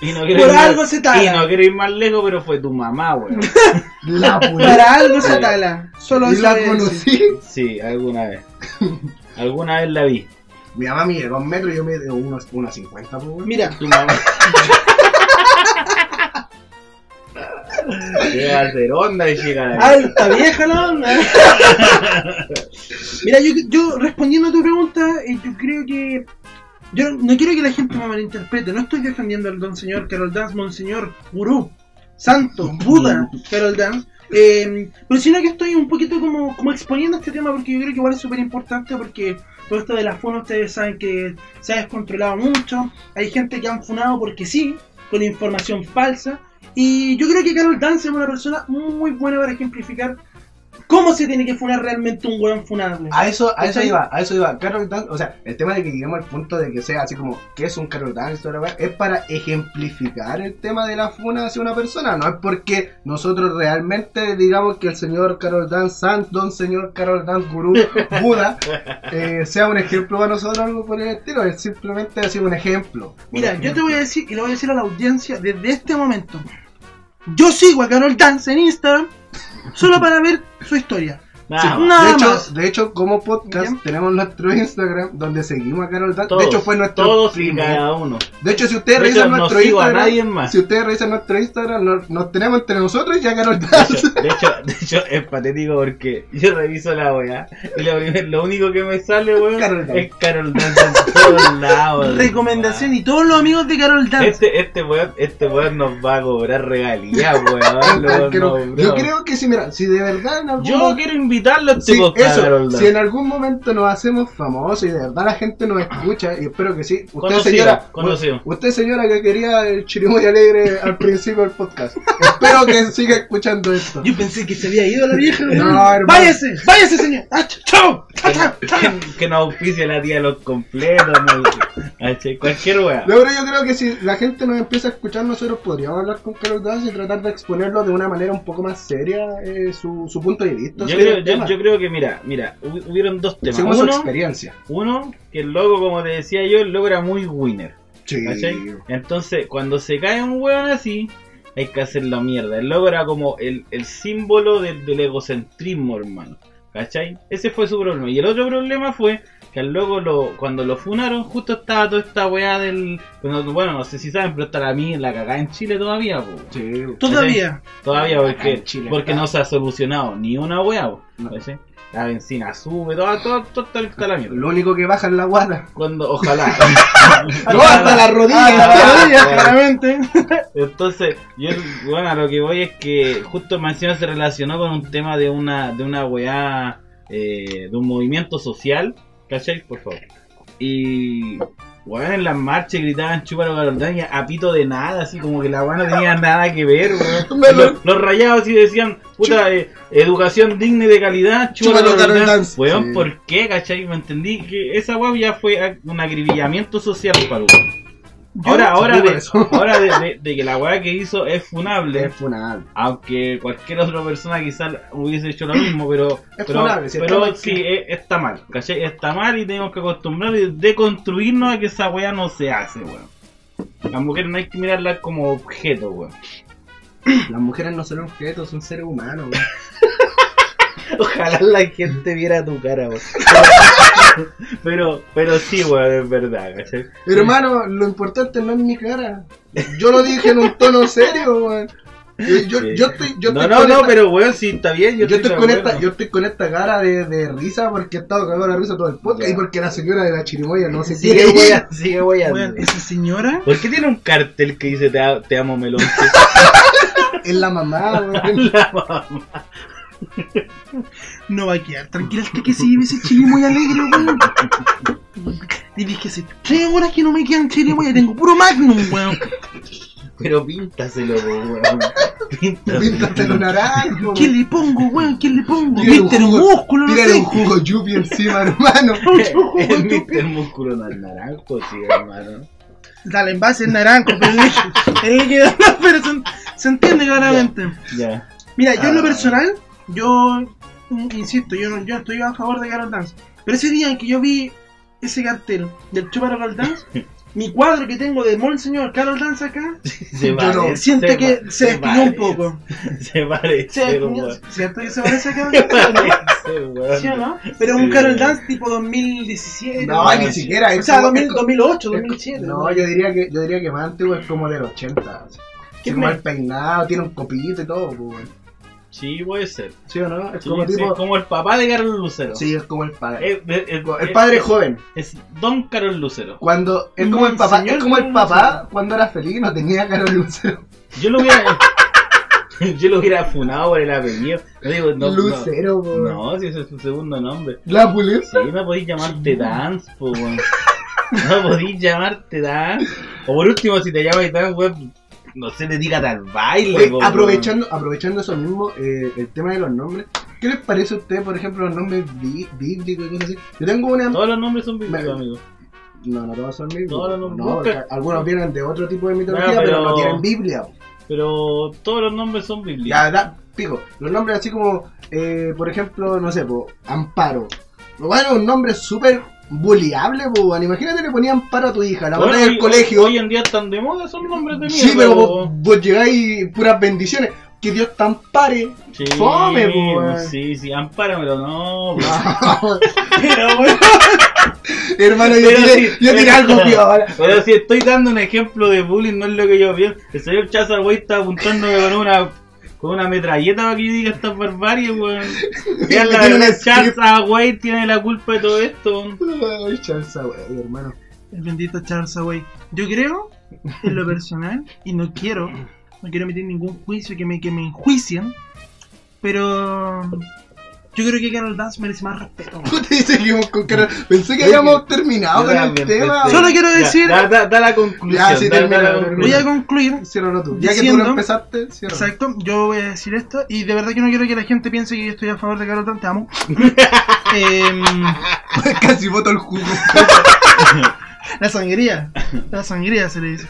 A: Y no quiero
C: Por
A: ir más-
C: algo se tala.
A: Y no quiero ir más lejos, pero fue tu mamá, weón.
B: La apuñalé.
C: Para algo se tala. Solo
B: Y
C: eso
B: la
C: voy a decir.
B: conocí.
A: Sí, alguna vez. Alguna vez la vi.
B: Mi mamá mide dos metros y yo mido unos, unos 50, pues, weón.
C: Mira,
A: Tu mamá. Qué balderonda de llegar ahí.
C: alta vieja la onda. Mira, yo, yo respondiendo a tu pregunta, eh, yo creo que. Yo no quiero que la gente me malinterprete. No estoy defendiendo al don señor Carol Dance, monseñor, gurú, santo, Buda, Carol Dance. eh, pero sino que estoy un poquito como, como exponiendo este tema porque yo creo que igual es súper importante porque todo esto de la funa ustedes saben que se ha descontrolado mucho. Hay gente que han funado porque sí, con información falsa. Y yo creo que Carol Dance es una persona muy buena para ejemplificar cómo se tiene que funar realmente un weón funable.
B: A eso, a eso
C: ¿Cachai?
B: iba, a eso iba. Carol Dance, o sea, el tema de que lleguemos al punto de que sea así como, ¿qué es un Carol Dance? Toda la weá, Es para ejemplificar el tema de la funa hacia una persona, no es porque nosotros realmente digamos que el señor Carol Dance, San, don señor Carol Dance, gurú, Buda, eh, sea un ejemplo para nosotros o algo por el estilo, es simplemente así un ejemplo.
C: Mira,
B: Un
C: yo te voy a decir, y lo voy a decir a la audiencia desde este momento. Yo sigo a Carol Dance en Instagram solo para ver su historia.
A: Nada
C: Sí.
A: más.
C: nada
B: de hecho,
C: más.
B: de hecho, como podcast
C: Bien.
B: tenemos nuestro Instagram donde seguimos a Carol Dance.
A: Todos,
B: de hecho, fue nuestro
A: Todos y
B: primer-
A: cada uno.
B: De hecho, si ustedes
A: De hecho,
B: revisan
A: no
B: nuestro
A: sigo a
B: Instagram,
A: nadie más.
B: si ustedes revisan nuestro Instagram, no- nos, tenemos entre nosotros y ya Carol
A: De
B: Dance.
A: hecho, de hecho, de hecho, es patético porque yo reviso la weá y lo, primer- lo único que me sale, weón,
B: Carol Dance.
A: es Carol Dance en todos lados.
C: Recomendación y todos los amigos de Carol Dance.
A: Este, este weón, este weón nos va a cobrar regalías, weón. lo-
B: Yo creo-
A: no,
B: yo
A: no.
B: creo que si, mira, si de verdad en algún
A: Yo
B: momento-
A: quiero invitarlo a este
B: Sí,
A: podcast, Carol
B: eso, si
A: Dance.
B: en algún momento nos hacemos famosos y de verdad la gente nos escucha, y espero que sí. Usted,
A: Conocido,
B: señora,
A: conocido.
B: usted, señora, que quería el chirimoy alegre al principio del podcast, espero que siga escuchando esto.
C: Yo pensé que se había ido la vieja.
B: No, hermano.
C: váyase, váyase, señor. Ah, ch- chao. Chao, chao, chao.
A: Que, que nos auspicie la tía de los completos, no- Caché, cualquier weá.
B: De verdad, yo creo que si la gente nos empieza a escuchar, nosotros podríamos hablar con Carol Dance y tratar de exponerlo de una manera un poco más seria eh, su, su punto de vista.
A: Yo
B: sobre
A: creo,
B: el
A: yo,
B: tema.
A: yo creo que, mira, mira, hubi- hubieron dos temas.
B: Según su
A: Uno,
B: experiencia.
A: uno, que el loco, como te decía yo, el loco era muy winner.
B: Sí.
A: ¿Cachai? Entonces, cuando se cae un weón así, hay que hacer la mierda. El loco era como el, el símbolo del, del egocentrismo, hermano. ¿Cachai? Ese fue su problema. Y el otro problema fue que al loco lo, cuando lo funaron, justo estaba toda esta weá del. Bueno, bueno, no sé si saben, pero está la, mi- la cagada en Chile todavía, po.
B: Sí.
C: Todavía.
A: Todavía
B: Acá
A: porque,
B: en Chile
A: porque
B: está.
A: no se ha solucionado ni una weá, po,
B: No.
A: ¿cachai? La benzina sube, toda, toda, toda, toda está la mierda.
B: Lo único que baja es la guata.
A: Cuando, ojalá.
B: No, hasta la rodilla.
A: Ah,
B: hasta la
A: ah,
B: rodilla.
A: ah.
C: claramente.
A: Entonces, yo, bueno, a lo que voy es que justo Mancino se relacionó con un tema de una, de una weá, eh, de un movimiento social, ¿cachai? Por favor. Y, weón, en las marchas gritaban chúpalo Galardaña a pito de nada, así como que la weá no tenía nada que ver, weón.
B: Me lo-
A: Los, los rayados sí decían, puta, eh, educación digna y de calidad, chúpalo
B: Chúpalo,
A: Galardaña.
B: Galardaña.
A: Weón,
B: Sí.
A: ¿por qué, cachai? Me entendí que esa weá ya fue a- un acribillamiento social para el weón.
C: Yo-
A: Ahora, ahora,
B: digo
A: de,
B: eso.
A: ahora de, de- de que la weá que hizo es funable,
B: Es funable.
A: aunque cualquier otra persona quizás hubiese hecho lo mismo, pero,
B: Es
A: pero,
B: funable, si está
A: pero
B: mal,
A: sí,
B: sí.
A: e- está mal, ¿cachai? Está mal y tenemos que acostumbrarnos y deconstruirnos a que esa weá no se hace, weón. Las mujeres no hay que mirarlas como objeto, weón.
B: Las mujeres no son objetos, son seres humanos. güey.
A: Ojalá la gente viera tu cara, weón. Pero, pero sí, weón, es verdad, ¿cachai?
B: Hermano, lo importante no es mi cara. Yo lo dije en un tono serio, weón. Eh, Yo,
A: Sí.
B: yo estoy, yo
A: no,
B: estoy
A: no,
B: con
A: no,
B: esta-
A: pero weón, sí, está bien.
B: yo
A: Yo,
B: estoy,
A: de
B: con
A: acuerdo.
B: esta, yo estoy con esta cara de, de risa porque he estado cagado de la risa todo el podcast
A: Ya.
B: y porque la señora de la chirimoya no se
A: Sigue
B: quiere ir.
A: weón, sigue weón.
C: Weón, esa señora.
A: ¿Por qué tiene un cartel que dice te, a- te amo melón?
B: Es la mamá, weón.
A: La mamá.
C: No va a quedar tranquila hasta que se lleve ese chile muy alegre, weón. Y dije hace tres horas que no me quedan chile, weón. Tengo puro magnum, weón.
A: Pero píntaselo, po, weón. Píntaselo.
B: Píntate los naranjos.
C: ¿Qué le pongo, weón? ¿Qué le pongo?
B: Tírale un
C: Mister
B: jugo-
C: músculo, no
B: Tírale
C: sé.
B: un jugo yupi encima, hermano.
A: Es Mr. Músculo del Naranjo, sí, hermano.
C: Dale, en base es naranjo, pero el líquido- el líquido no, pero se, se entiende claramente.
A: Ya.
C: Mira, yo en
B: Ah.
C: lo personal, yo mm, insisto, yo, no- yo estoy a favor de Carol Dance. Pero ese día en que yo vi ese cartel del Chupa Carol Dance, mi cuadro que tengo de Mol Señor Carol Dance acá,
A: Se
B: no,
A: parece,
C: siento
A: se
C: que
A: va-
C: se despidió un
A: parece,
C: poco.
A: Se
C: Se
A: parece,
C: despidió,
A: weón.
C: ¿Cierto que se parece acá?
A: Se parece, weón.
C: ¿Sí o no? Pero un
A: Sí.
C: Carol Dance tipo 2017.
B: No, ni siquiera.
C: O
B: es
C: sea,
B: como-
C: 2000, 2008,
B: es-
C: 2007.
B: No, yo diría que, yo diría que más antiguo es como del 80. así.
C: ¿Qué
B: Así como
C: me-
B: el peinado, tiene un copillito y todo, weón.
A: Sí, puede ser.
B: ¿Sí o no? Es
A: Sí,
B: como
A: sí,
B: tipo.
A: como el papá de Carol Lucero.
B: Sí, es como el padre.
A: Eh, eh, eh,
B: El padre
A: eh,
B: joven.
A: Es Don Carol Lucero.
B: Cuando es como el papá,
C: Monseñor
B: es como el
C: Carlos
B: papá
C: Lucero.
B: cuando era feliz y no tenía Carlos Lucero.
A: Yo lo hubiera. Yo lo hubiera funado por el apellido. No digo, no. no.
B: Lucero, po.
A: No, si ese es su segundo nombre.
B: La puliza.
A: Sí, no podéis llamarte Dance, po, weón. No podéis llamarte Dance. O por último, si te llamas Dance, weón, no sé, dedícate al baile,
B: Oye,
A: po, weón.
B: Eh, aprovechando, aprovechando eso mismo, eh, el tema de los nombres, ¿qué les parece a ustedes, por ejemplo, los nombres bí- bíblicos y cosas así? Yo tengo una.
A: Todos los nombres son bíblicos,
B: Me-
A: amigo.
B: No, no todos son bíblicos.
A: Todos los nombres.
B: No, porque
A: Busca-
B: algunos vienen de otro tipo de mitología,
A: No,
B: pero...
A: pero
B: no tienen Biblia. po.
A: Pero todos los nombres son
B: La
A: bíblicos.
B: verdad, pico. Los nombres así como, eh, por ejemplo, no sé, po, Amparo. Bueno, un nombre súper bulliable, po, weón. Imagínate le ponían Amparo a tu hija, la
A: Bueno,
B: mandás del
A: hoy-
B: colegio.
A: Hoy en día están de moda esos nombres de mierda.
B: Sí, pero vos,
A: po.
B: vos llegáis y puras bendiciones. Que Dios te ampare.
A: Sí,
B: fome, po, weón.
A: Sí, sí, ampáramelo, no. po.
C: Pero bueno.
B: Hermano, yo
A: Pero
B: tiré,
A: sí,
B: yo tiré
A: pero-
B: algo piola.
A: Pero si estoy dando un ejemplo de bullying, no es lo que yo pienso. El señor Chaza, güey, está apuntándome con una con una metralleta para que yo diga estas barbarie, weón. Ya la
B: Tiene una
A: verdad,
B: script.
A: Chaza, güey, tiene la culpa de todo esto.
B: Ay, chanza, wey, hermano.
C: El bendito Charles Away. Yo creo, en lo personal, y no quiero, no quiero emitir ningún juicio que me, que me enjuicien, pero yo creo que Carol Dance merece más respeto.
B: Puta, y seguimos con cara. Pensé que habíamos terminado con el Ah, tema.
C: pensé. Solo quiero
A: Ya,
C: decir-
A: Da, da- da la conclusión.
B: Ya, sí,
A: da- da
B: termina,
A: la
C: Voy
B: termina.
A: conclusión.
C: a concluir,
B: Ciérralo tú. Ya que tú
C: Diciendo-
B: lo empezaste, ciérralo.
C: exacto, yo voy a decir esto, y de verdad que no quiero que la gente piense que yo estoy a favor de Carol Dance, te amo. Em,
B: Casi boto el jugo.
C: la sangría, la sangría se le dice.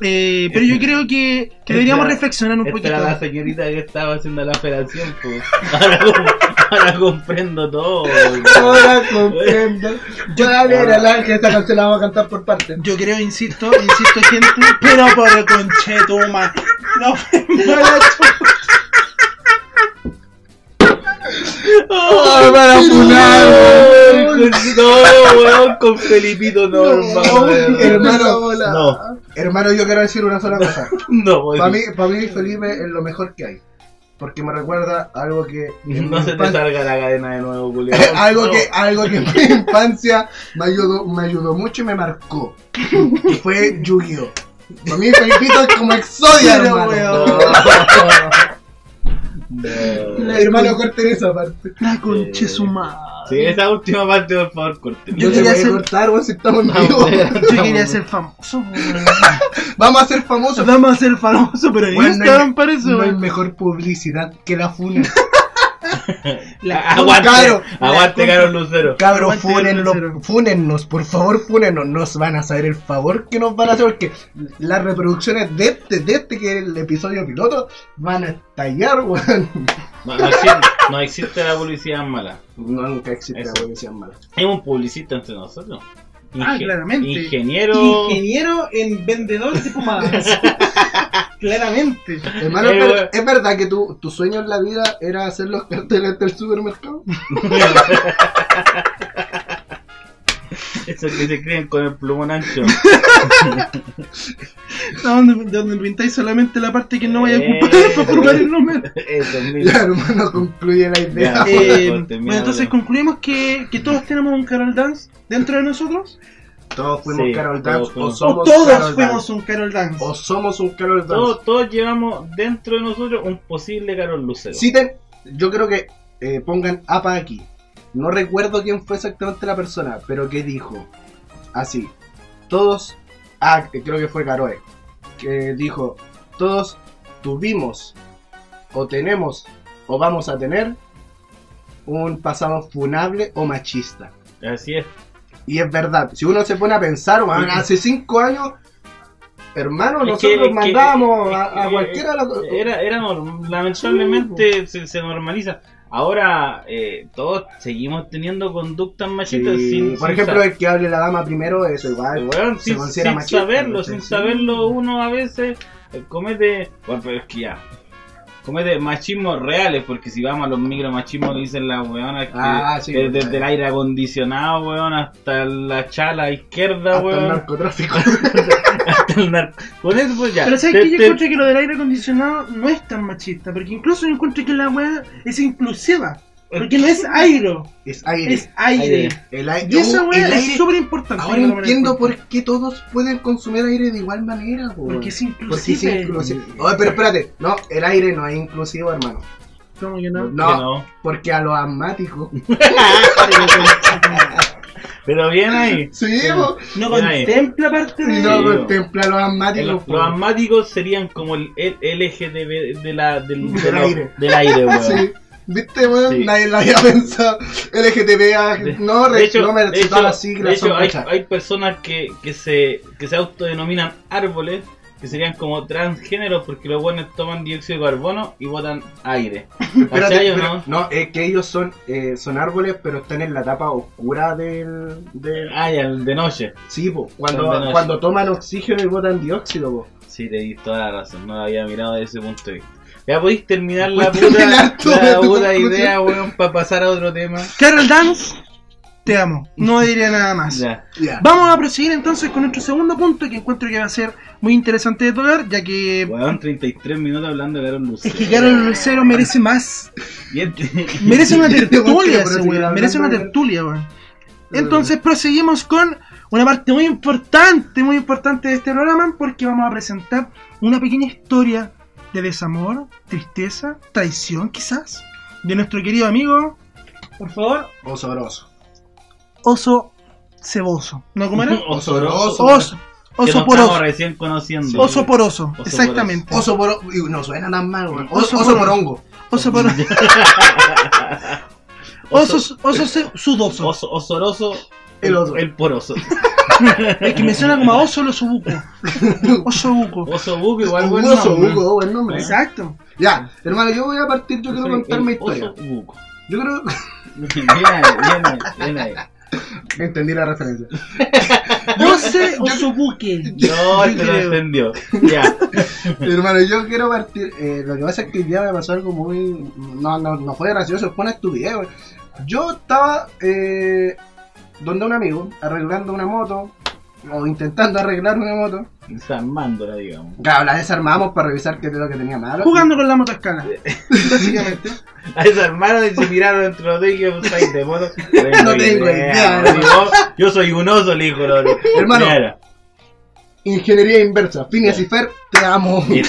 C: Eh, pero yo creo que, que deberíamos
A: Esta-
C: reflexionar un
A: Esta era
C: poquito.
A: la señorita que estaba haciendo la operación, pues. Ahora, com- ahora comprendo todo. weón.
B: Ahora comprendo. Yo era el ángel, esta canción la vamos a cantar por partes.
C: Yo creo, insisto, insisto, gente, pero por el conchetuma. No, me la chupa.
A: ¡Oh, me van a funar, weón! No, weón, con Felipito no, hermano. weón.
B: Oh, hermano,
A: No.
B: hermano, yo quiero decir una sola cosa.
A: No, weón.
B: Para mí, para mí Felipe es lo mejor que hay. Porque me recuerda algo que... en
A: No
B: mi
A: se te
B: infancia-
A: salga la cadena de nuevo, culiao.
B: Eh, algo,
A: No.
B: que, algo que en mi infancia me ayudó, me ayudó mucho y me marcó. Y fue Yu-Gi-Oh! Para mí Felipito es como Exodia,
C: Pero,
B: hermano.
C: weón.
A: No.
B: Hermano, corten esa parte.
C: La conche su
A: Sí,
C: madre.
A: esa última parte, por favor, corten.
B: Yo
C: Yo
B: quería
C: quería ser-
B: cortar, weón, si estamos
A: Ah,
B: en vivo.
C: Yo quería ser famoso, weón.
B: Vamos a ser famosos.
C: Vamos a ser famoso, pero
B: Bueno,
C: Instagram
B: no-
C: para eso.
B: No hay
C: weón.
B: mejor publicidad que la funa. Ah,
C: La-
A: Aguante,
B: Caro.
A: aguante, Caro Lucero.
B: Cabros,
C: Aguante,
B: fúnenlo,
C: cero.
B: fúnennos, por favor, fúnennos. Nos van a hacer el favor que nos van a hacer porque las reproducciones de este, de este, que es el episodio piloto, van a estallar, weón.
A: No, no existe, no existe la publicidad mala.
B: No, nunca existe
A: Eso.
B: la publicidad mala.
A: Hay un publicista entre nosotros.
C: Ah, claramente.
A: Ingeniero.
C: Ingeniero en vendedor de pomadas. Claramente.
B: Hermano,
A: Eh,
B: es, ver-
A: weón.
B: es verdad que tu, tu sueño en la vida era hacer los carteles del supermercado?
A: Esos que se creen con el plumón ancho.
C: Donde, donde pintáis solamente la parte que no vaya a
A: Eh.
C: ocupar para formar el número.
A: Eso mismo.
B: Ya, hermano, concluye la idea.
A: Ya.
C: Eh,
A: Por favor, termina,
C: bueno, entonces
A: dale.
C: concluimos que, que todos tenemos un Carol Dance dentro de nosotros.
B: Todos fuimos
A: Sí,
B: Carol
A: todos
B: Dance o
A: fuimos.
B: somos
C: o todos
B: Carol
C: fuimos
B: Dance.
C: un Carol Dance.
B: O somos un Carol Dance.
A: Todos, todos llevamos dentro de nosotros un posible Carol Lucero.
B: Citen, yo creo que eh, pongan APA aquí. No recuerdo quién fue exactamente la persona, pero que dijo así. Todos, ah, que creo que fue Caroe, que dijo, todos tuvimos o tenemos o vamos a tener un pasado funable o machista.
A: Así es.
B: Y es verdad, si uno se pone a pensar, weón, hace cinco años, hermano,
A: pues. Es que- es
B: nosotros
A: que-
B: mandábamos
A: es
B: a, a
A: que
B: cualquiera... la-
A: Era, era norm- lamentablemente se, se normaliza. Ahora eh, todos seguimos teniendo conductas machistas
B: Sí,
A: sin,
B: por
A: sin
B: ejemplo,
A: sa-
B: el que hable la dama primero, eso igual.
A: weón,
B: se
A: sin,
B: considera
A: sin
B: machista,
A: saberlo,
B: ¿no?
A: sin
B: Sí.
A: saberlo uno a veces eh, comete, bueno, pero es que ya, comete machismos reales, porque si vamos a los micromachismos que dicen las weonas, que
B: Ah, sí,
A: desde,
B: verdad.
A: desde el aire acondicionado, weón, hasta la chala izquierda,
B: Hasta el
A: weón,
B: narcotráfico.
A: hasta el narco. Con eso pues ya.
C: Pero sabes
A: Te-
C: que yo
A: te-
C: encuentro que lo del aire acondicionado no es tan machista, porque incluso yo encuentro que la weá es inclusiva. Porque no es aire,
B: es aire.
C: es aire.
A: Aire.
B: el aire.
C: Y esa
B: Uh,
C: weá
B: el aire-
C: es súper importante.
B: Ahora entiendo por qué todos pueden consumir aire de igual manera, weón.
C: Porque es
B: Porque Oh. es
C: inclusive.
B: inclusivo. Oye, pero espérate, no, el aire no es inclusivo, hermano.
C: ¿Cómo que no?
A: que
B: No, porque a los asmáticos.
A: Pero bien ahí.
B: Sí, weón.
C: No
A: Bien ahí.
C: contempla parte
B: Y
C: de.
B: no
A: Sí, weón.
B: contempla a los asmáticos.
A: Eh, Los, los
B: weón.
A: asmáticos serían como el, el LGTB de la, del,
B: Del
A: de los-
B: aire.
A: del aire, weón.
B: Sí. ¿Viste, weón?
A: Sí.
B: Nadie la había pensado. LGTBA,
A: De-
B: no,
A: De
B: re-
A: hecho,
B: no me
A: de
B: todas
A: hecho-
B: las
A: de
B: siglas
A: hecho,
B: son
A: hay,
B: muchas.
A: hay personas que, que, se, que se autodenominan árboles, que serían como transgéneros, porque los buenos toman dióxido de carbono y botan aire.
B: Espérate,
A: ¿Cachai o
B: espera-
A: no?
B: no, es que ellos son, eh, son árboles, pero están en la etapa oscura del. del...
A: Ah, ya, el de noche.
B: Sí,
A: Son
B: po,
A: de
B: cuando,
A: noche.
B: cuando toman oxígeno y botan dióxido, po.
A: Sí, te di toda la razón, no lo había mirado desde ese punto de vista. Ya podéis terminar la
B: Puedes
A: puta,
B: terminar tú de
A: la
B: tu
A: puta
B: conclusión.
A: idea, weón, para pasar a otro tema.
C: Carol Dance, te amo. No diría nada más.
A: Ya.
B: Ya.
C: Vamos a proseguir entonces con nuestro segundo punto que encuentro que va a ser muy interesante de tocar, ya que
A: Weón, 33 minutos hablando de Carol Lucero.
C: que Carol Lucero merece más.
A: Y este-
C: Merece una
B: Yo creo que
C: tertulia,
B: por
C: ese
B: seguir
C: weón. Merece una
B: hablando de-
C: tertulia, weón. Entonces proseguimos con una parte muy importante, muy importante de este programa, porque vamos a presentar una pequeña historia de desamor, tristeza, traición quizás, de nuestro querido amigo, por favor,
B: Osoroso.
C: Oso Ceboso. ¿No cómo era?
B: Osoroso.
C: Oso,
A: que
C: oso
A: nos
C: por
A: estamos
C: oso.
A: recién conociendo.
C: Oso por oso,
A: por
C: exactamente.
B: Oso por. uy, No suena tan mal, weón.
C: Oso
B: Oso,
C: por-
B: oso por hongo.
C: Oso por oso. Oso se- sudoso.
A: Oso- osoroso.
B: El oso.
A: poroso.
C: Es que me suena como a oso lo subuco. Oso buco.
A: Oso buco igual buen
B: Oso,
A: nombre.
B: Hugo, buen nombre.
C: Exacto.
B: Ya, hermano, yo voy a partir, yo quiero
A: Soy
B: contar
A: el
B: mi historia.
A: Oso buco.
B: Yo creo.
A: Bien ahí, bien ahí, bien ahí.
B: Entendí la referencia.
C: No sé oso buque.
A: No, este lo
C: creo.
A: entendió. Ya.
B: Hermano, yo quiero partir. eh, lo que pasa es que hoy día me pasó algo muy. No, no, no fue gracioso, fue una estupidez, güey. Yo estaba eh, donde un amigo, arreglando una moto, o intentando arreglar una moto.
A: desarmándola, digamos.
B: Claro, la desarmamos para revisar qué es lo que tenía malo.
C: Jugando con la motoscala. Básicamente.
A: La desarmaron y se miraron entre los dos y dijeron, "Ay, de modo.
B: No tengo idea,
A: bro". Yo- Yo soy un oso, le dijo Lolo.
B: Hermano.
A: Mira,
B: Ingeniería inversa, Phineas y Fer, te amo.
A: y-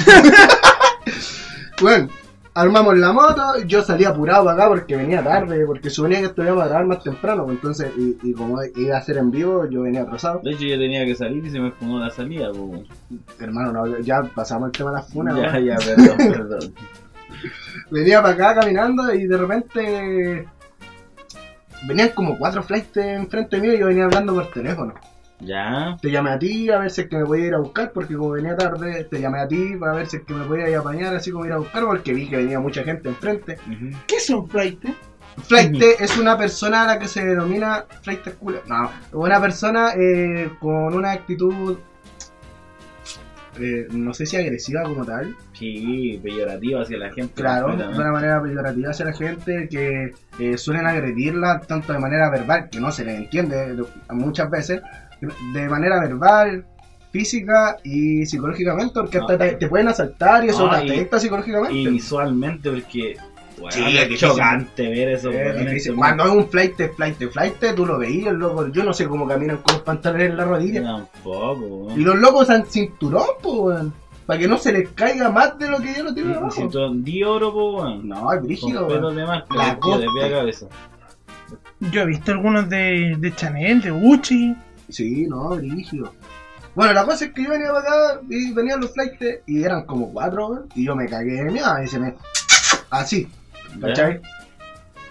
B: Bueno, armamos la moto, yo salí apurado acá porque venía tarde, porque suponía que estuviera a grabar más temprano, pues, entonces, y, y como iba a ser en vivo, yo venía atrasado.
A: De hecho, yo tenía que salir y se me fumó la salida, po.
B: Hermano, no, ya pasamos el tema de las funas,
A: Ya,
B: weón.
A: ya, perdón, perdón.
B: venía para acá caminando y de repente venían como cuatro flights enfrente mío y yo venía hablando por teléfono.
A: Ya.
B: Te llamé a ti a ver si es que me podía ir a buscar, porque como venía tarde, te llamé a ti para ver si es que me podía ir a apañar, así como ir a buscar, porque vi que venía mucha gente enfrente.
A: ujú.
C: ¿Qué son flight? eh?
B: Flight es una persona a la que se denomina flight culo. No, una persona eh, con una actitud. eh, no sé si agresiva como tal.
A: Sí, peyorativo hacia la gente.
B: Claro, de
A: completamente.
B: una manera peyorativa hacia la gente que eh, suelen agredirla tanto de manera verbal, que no se les entiende eh, de- muchas veces, de manera verbal, física y psicológicamente, porque hasta
A: Ah.
B: te, te pueden asaltar y eso
A: Ah,
B: te
A: y-
B: afecta psicológicamente.
A: Y visualmente, porque. weón,
B: Sí, es difícil.
A: chocante ver eso.
B: Es
A: weón,
B: difícil.
A: eso,
B: Cuando es un flight, flight, flight, tú lo veías, el loco. Yo no sé cómo caminan con los pantalones en la rodilla.
A: Tampoco, weón.
B: Y los locos usan cinturón, pues, weón. Para que no se les caiga más de lo que ya lo tienen
A: Y- y
B: abajo.
A: Si tú di oro, po, weón.
B: No, es brígido,
A: Con
B: weón.
A: pelos de marca,
B: La
A: tío, de pie
B: costa.
A: a cabeza.
C: Yo he visto algunos de, de Chanel, de Gucci.
B: Sí, no, brígido. Bueno, la cosa es que yo venía para acá y venían los flights y eran como cuatro, weón. Y yo me cagué de miedo y se me... Así, ¿cachai?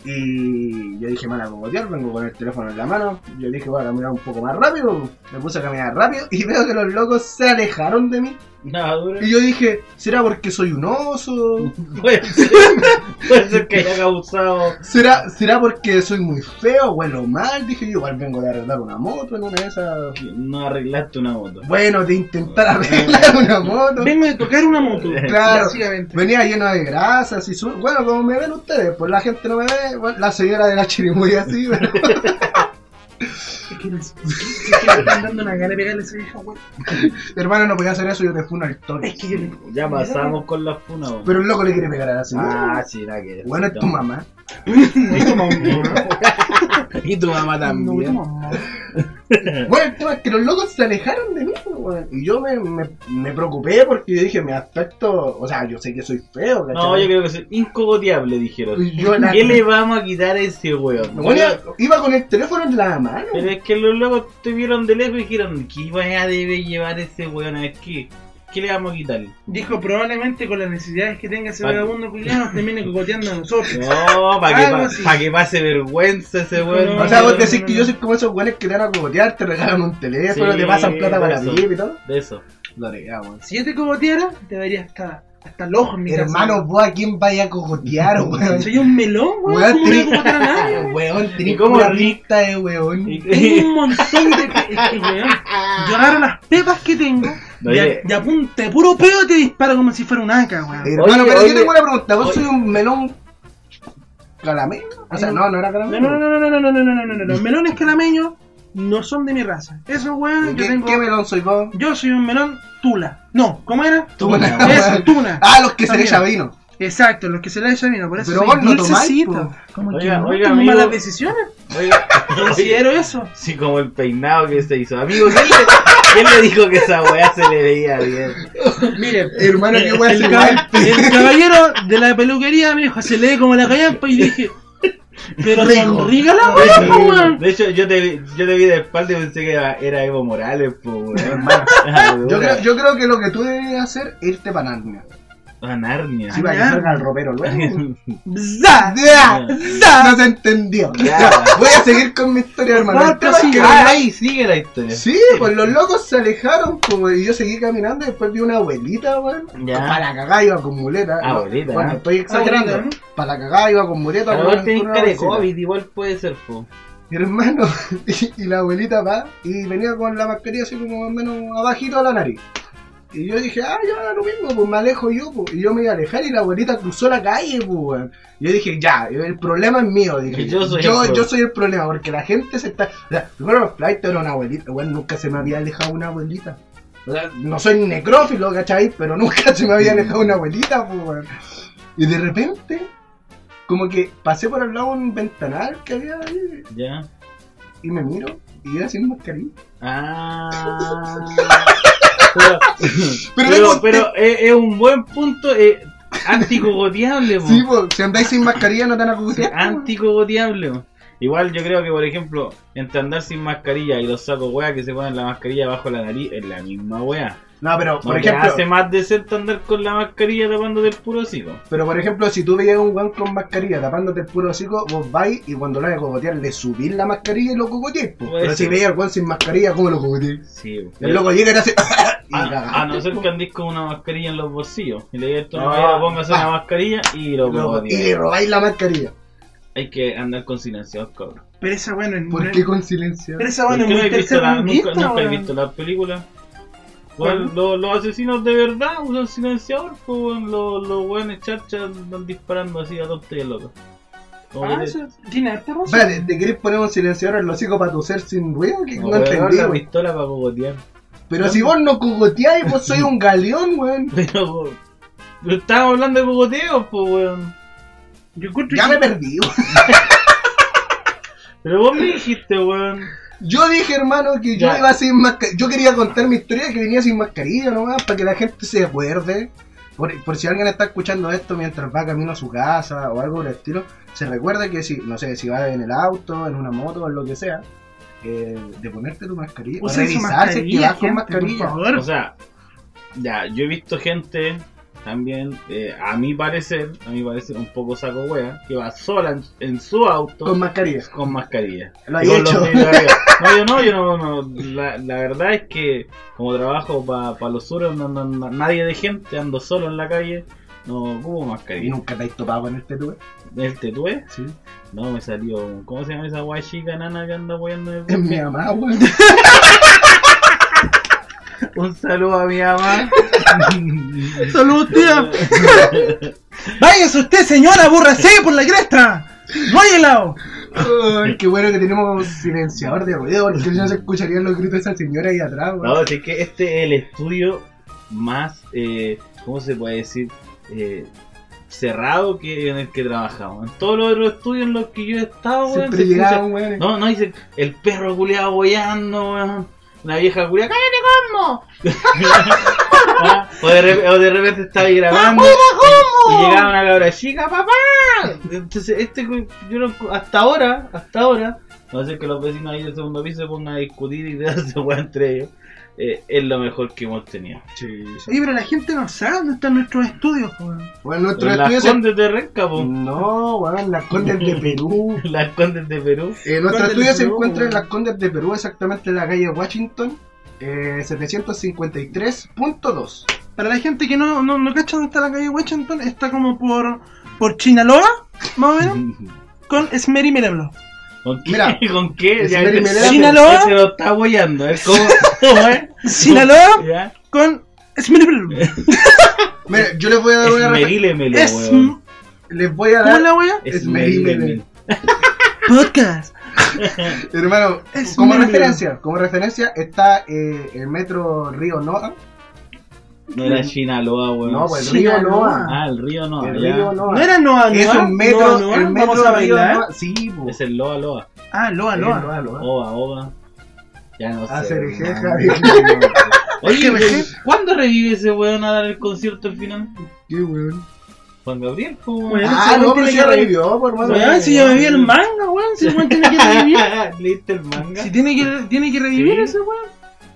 B: Y yo dije, me van a cogotear, vengo con el teléfono en la mano. Yo dije, voy a caminar un poco más rápido. Me puse a caminar rápido y veo que los locos se alejaron de mí.
A: Nada duro.
B: Y yo dije, ¿será porque soy un oso?
A: Puede ser, puede ser que haya causado.
B: ¿Será, ¿Será porque soy muy feo, huelo mal? Dije yo, igual vengo de arreglar una moto en una de esas.
A: que No arreglaste una moto.
B: Bueno, de intentar arreglar una moto.
C: Vengo de tocar una moto.
B: Claro.
C: Básicamente.
B: Venía lleno de grasas y su... Bueno, como me ven ustedes, pues la gente no me ve. bueno, la señora de la chirimuya sí, pero...
C: Es que les- es que me están dando una gana de pegarle a esa vieja, güey.
B: Hermano, no podía hacer eso, yo te funo al toque.
C: Es que yo le-
A: Ya pasamos con las funas, weón.
B: Pero el loco le quiere pegar a la señora.
A: Ah, sí, nada que
B: bueno, es tu mamá.
A: Y tu mamá
C: No,
A: también.
C: no, no.
B: Bueno, el tema es que los locos se alejaron de mí, pues, weón. Y yo me, me, me preocupé porque yo dije, mi aspecto... O sea, yo sé que soy feo, ¿cachai?
A: No, yo creo que es incogoteable, dijeron.
B: Y yo la-
A: ¿Qué le vamos a quitar a ese weón?
B: Bueno, iba- iba con el teléfono en la mano.
A: Pero es que los locos te vieron de lejos y dijeron, ¿qué vaya debe llevar ese weón aquí? ¿Qué le vamos a quitar?
C: Dijo probablemente con las necesidades que tenga ese
A: Vale.
C: vagabundo culiado nos termine cocoteando a nosotros.
A: No, para que,
C: Algo
A: pa-
C: así.
A: pa' que pase vergüenza ese weón.
C: No,
B: O sea, vos
C: no, no,
B: decís
C: no,
B: que
C: no.
B: yo soy como esos güeyes que te van a cogotear, te regalan un teléfono,
A: Sí,
B: te pasan plata para
A: eso.
B: la VIP y todo.
A: De eso.
B: Lo haría, weón.
C: Si yo te cocoteara, te daría hasta, hasta el ojo en mi
B: Hermano, vos a quién vaya a cogotear,
C: casa.
B: weón.
C: Soy un melón, güey.
B: Weón,
C: ¿Cómo voy a
B: tenés-
C: cocotear a nadie, güey?
B: Weón, tenés
A: ¿Y cómo
B: una
A: ri-
B: lista de weón.
A: Y-
C: Tengo un montón de. pe- Es que, weón, yo agarro las pepas que tengo y
A: Oye.
C: a, y a punta de puro peo te disparo como si fuera un AK, weón.
B: Hermano,
A: Oye,
B: pero
A: oye.
B: yo tengo una pregunta. ¿Vos
A: Oye.
B: soy un melón calamelo? O sea, no, no era
C: No,
B: calamelo.
C: no, no, no, no, no, no, no, no, no, no. Los melones calameños no son de mi raza. Eso, weón, yo
B: ¿Qué,
C: tengo.
B: qué melón soy vos?
C: Yo soy un melón tula. No, ¿cómo era?
A: Tuna.
B: Tuna,
C: Eso,
B: weón.
C: tuna.
B: Ah, los que se le
C: También.
B: echa vino.
C: Exacto, los que se le haya vino, por eso
B: Pero
C: soy
B: vos no
C: dulcecito.
B: tomás,
C: Como que
A: Oiga,
C: no
A: oiga,
C: tomo
A: amigo.
C: malas decisiones.
A: Oiga,
C: Considero eso.
A: Sí, como el peinado que se hizo. Amigo, ¿quién le, quién le dijo que esa weá se le veía bien?
C: Miren,
B: Hermano, qué weón
C: el,
B: se
C: cab- el caballero de la peluquería me dijo, se le ve como la callampa y dije, pero
B: Rico.
C: sonriga la weá, po, weón.
A: De hecho, yo te, vi- yo te vi de espalda y pensé que era, era Evo Morales, po, weón. Ah,
B: Yo creo, yo creo que lo que tú debes hacer es irte para Narnia.
A: A Ah, Narnia.
B: Si vas a al ropero luego.
C: Bzá.
B: Ya, Ah. ya, No se entendió.
A: Ya.
B: Ya, Voy a seguir con mi historia, hermano. El
C: Cuarto
B: tema es que-
C: siglo.
A: Ah, ahí sigue la historia.
B: Sí, pues los locos se alejaron, pues, y yo seguí caminando y después vi una abuelita, weón.
A: Ya.
B: Para la cagada iba con muleta.
A: Abuelita,
B: Bueno,
A: ¿eh?
B: estoy exagerando.
C: Abuelita,
B: Para la cagada iba con muleta.
A: A lo mejor
B: weón,
A: tenés
B: con una
A: cara de
B: bolsita.
A: COVID, igual puede ser, po.
B: Mi hermano, y, y la abuelita va y venía con la mascarilla así como más o menos abajito a la nariz. Y yo dije, ah, ya lo mismo, pues me alejo yo, pues. Y yo me iba a alejar y la abuelita cruzó la calle, pues, weón. Yo dije, ya, el problema es mío. Dije,
A: Yo soy el
B: yo,
A: pro-
B: yo soy el problema, porque la gente se está. O sea, primero los flights era una abuelita, weón, nunca se me había alejado una abuelita. O sea, no soy necrófilo, ¿cachai? Pero nunca se me había alejado una abuelita, pues, weón. Y de repente, como que pasé por al lado de un ventanal que había ahí,
A: Ya.
B: y me miro, y era sin mascarilla.
A: Ah. pero,
B: Pero
A: pero,
B: tengo-
A: pero es, es un buen punto eh, anticogoteable, po.
B: Sí, pues, si andáis sin mascarilla no te van a
A: Sí,
B: juzgar, pues, weón.
A: anticogoteable. po. Igual yo creo que, por ejemplo, entre andar sin mascarilla y los sacos wea que se ponen la mascarilla bajo la nariz, es la misma wea.
B: No, pero,
A: No
B: por
A: te
B: ejemplo.
A: hace más decente andar con la mascarilla tapándote el puro hocico.
B: Pero por ejemplo, si tú veías a un weón con mascarilla tapándote el puro hocico, vos vais y cuando lo vayas a cogotear le subís la mascarilla y lo cogoteáis. po.
A: Puede
B: Pero si
A: ser.
B: veías al weón sin mascarilla, ¿cómo lo cogoteáis?
A: Sí, po.
B: El loco llega y te hace. y cagaste,
A: A, a Ah, no ser
B: po.
A: que andís con una mascarilla en los bolsillos. Y le digas tú,
B: No.
A: no, pongas una mascarilla y lo
B: Loco, Y
A: cogoteas.
B: le robáis la mascarilla.
A: Hay que andar con silenciador, cabrón.
C: Pero esa bueno es
B: ¿Por
C: no
B: qué
C: es-
B: con silencio?
C: Pero esa
A: ¿Por
C: Ah, bueno es
A: qué no
C: muy
A: has visto la-
C: tercermundista,
A: nunca, nunca he
C: weón.
A: visto las películas? Weón,
C: ¿Cuál?
A: los, los asesinos de verdad usan silenciador, pues, weón, los, los weones charchas andan disparando así a tonto y a loco. Como que
C: Ah,
A: te-
C: eso tiene harta razón.
B: Espérate, ¿te querés poner un silenciador en el hocico para toser sin ruido? Que
A: como
B: no,
A: weón,
B: entendí,
A: la
B: weón.
A: pistola para cogotear.
B: Pero si vos no cogoteáis, vos sois un galeón, weón.
A: Pero, weón, pero estábamos hablando de cogoteos, pues, weón.
C: Yo encuentro
B: Ya
C: que-
B: me perdí, weón.
A: Pero vos me dijiste, weón.
B: Yo dije, hermano, que yo
A: Ya.
B: iba sin mascarilla. Yo quería contar mi historia que venía sin mascarilla nomás, para que la gente se acuerde. Por, por si alguien está escuchando esto mientras va camino a su casa o algo por el estilo, se recuerda que si, no sé, si va en el auto, en una moto o en lo que sea, eh, de ponerte tu mascarilla, o
C: Usen su
B: revisar si es que
C: mascarilla,
B: vas con
C: gente,
B: mascarilla.
C: por favor.
A: O sea, ya, yo he visto gente también, eh, a mi parecer, a mi parecer un poco saco wea, que va sola en, en su auto
B: Con
A: con,
B: mascarilla.
A: mascarilla.
B: Lo he
A: Y con los
B: hecho.
A: vidrios arriba. No, yo no, yo no, no. La, la verdad es que como trabajo para los suros, no, no- no- nadie de gente, ando solo en la calle, no ocupo
B: ¿Y
A: mascarilla.
B: nunca te has topado con este tuve?
A: ¿El tetué?
B: Sí.
A: No, me salió, ¿cómo se llama esa guay chica nana que anda apoyando
B: Es mi mamá, weón.
A: Un saludo a mi mamá.
C: Salud, tía. Váyase usted, señora, abúrrase por la cresta. No hay helado.
B: Ay, Qué bueno que tenemos un silenciador de ruido, porque si no se escucharían los gritos de esa señora ahí atrás, weón.
A: No, es que este es el estudio más, eh, ¿cómo se puede decir? Eh, cerrado que en el que trabajamos. En todos los otros estudios en los que yo he estado, weón,
B: Siempre
A: se escucha-
B: llegaba un weón.
A: No, no, dice el perro culeado boyando, weón. La vieja culia, cállate, cosmo. Ah, o, de re- o de repente estaba ahí grabando. Y llegaba una cabra chica, papá. Entonces, este, cu- yo no encu- hasta ahora, hasta ahora, no sé que los vecinos ahí del segundo piso se pongan a discutir y se weón entre ellos. eh, es lo mejor que hemos tenido.
C: Oye, pero la gente no sabe dónde están nuestros estudios, weón.
B: Bueno, nuestro
A: Pero
B: estudio
A: Las
B: se-
A: condes de Renca, po.
B: No, weón, las Condes de Perú.
A: Las condes de Perú.
B: Eh, nuestro
C: Condes
B: estudio
C: de
B: se
C: Perú,
B: encuentra en
C: weón.
B: las Condes de Perú, exactamente en la calle Washington, eh, 753.2.
C: Para la gente que no, no, no cacha dónde está la calle Washington, está como por, por Chinaloa, más o menos, con Smery Meleblo.
A: ¿Con qué?
B: Mira,
A: ¿Con qué?
B: es
A: Ya,
B: Mary
A: ese-
B: Melea,
C: Sinaloa.
A: ese lo está boyando. ¿eh? ¿Cómo, cómo es?
C: Sinaloa
A: ¿Ya?
C: con Smery Meleblo.
B: Mira, yo les voy a dar una refe-
A: Esmerílemelo,
C: Es...
A: weón.
B: Les voy a
C: ¿Cómo es
B: dar.
C: la wea?
A: Esmerílemelo.
C: Podcast.
B: Hermano,
C: Es
B: como
C: Mary
B: referencia, como referencia está eh, el metro Río Noa.
A: No era Sinaloa, weón.
B: No, pues el
C: Sinaloa.
B: Río Noa.
A: Ah, el río no.
B: El
A: ya.
B: Río Noa.
C: ¿No era Noa Noa?
B: Es un metro,
C: Noa Noa,
B: el metro
C: ¿Vamos a
B: Río
C: bailar?
B: Noa. Sí, po.
A: Es el Loa Loa.
C: Ah, Loa
B: El
C: Loa.
B: Noa, Noa.
A: Oba, oba. Ya no sé.
B: Hacer Ah, jeja.
A: hermano.
B: Es que
A: Oye,
B: me-
A: weón, ¿cuándo revive ese weón a dar el concierto al final?
B: Qué weón.
A: Juan Gabriel, pues,
C: Bueno,
A: weón.
B: Ah,
C: ese
B: no,
C: weón
B: pero
C: tiene
B: ya
C: que reír.
B: revivió, por hermano.
C: Weón, si yo me vi el manga, weón, si el weón tiene que revivir.
A: ¿Leíste el manga?
C: Si tiene que, tiene que revivir
A: Sí.
C: ese weón.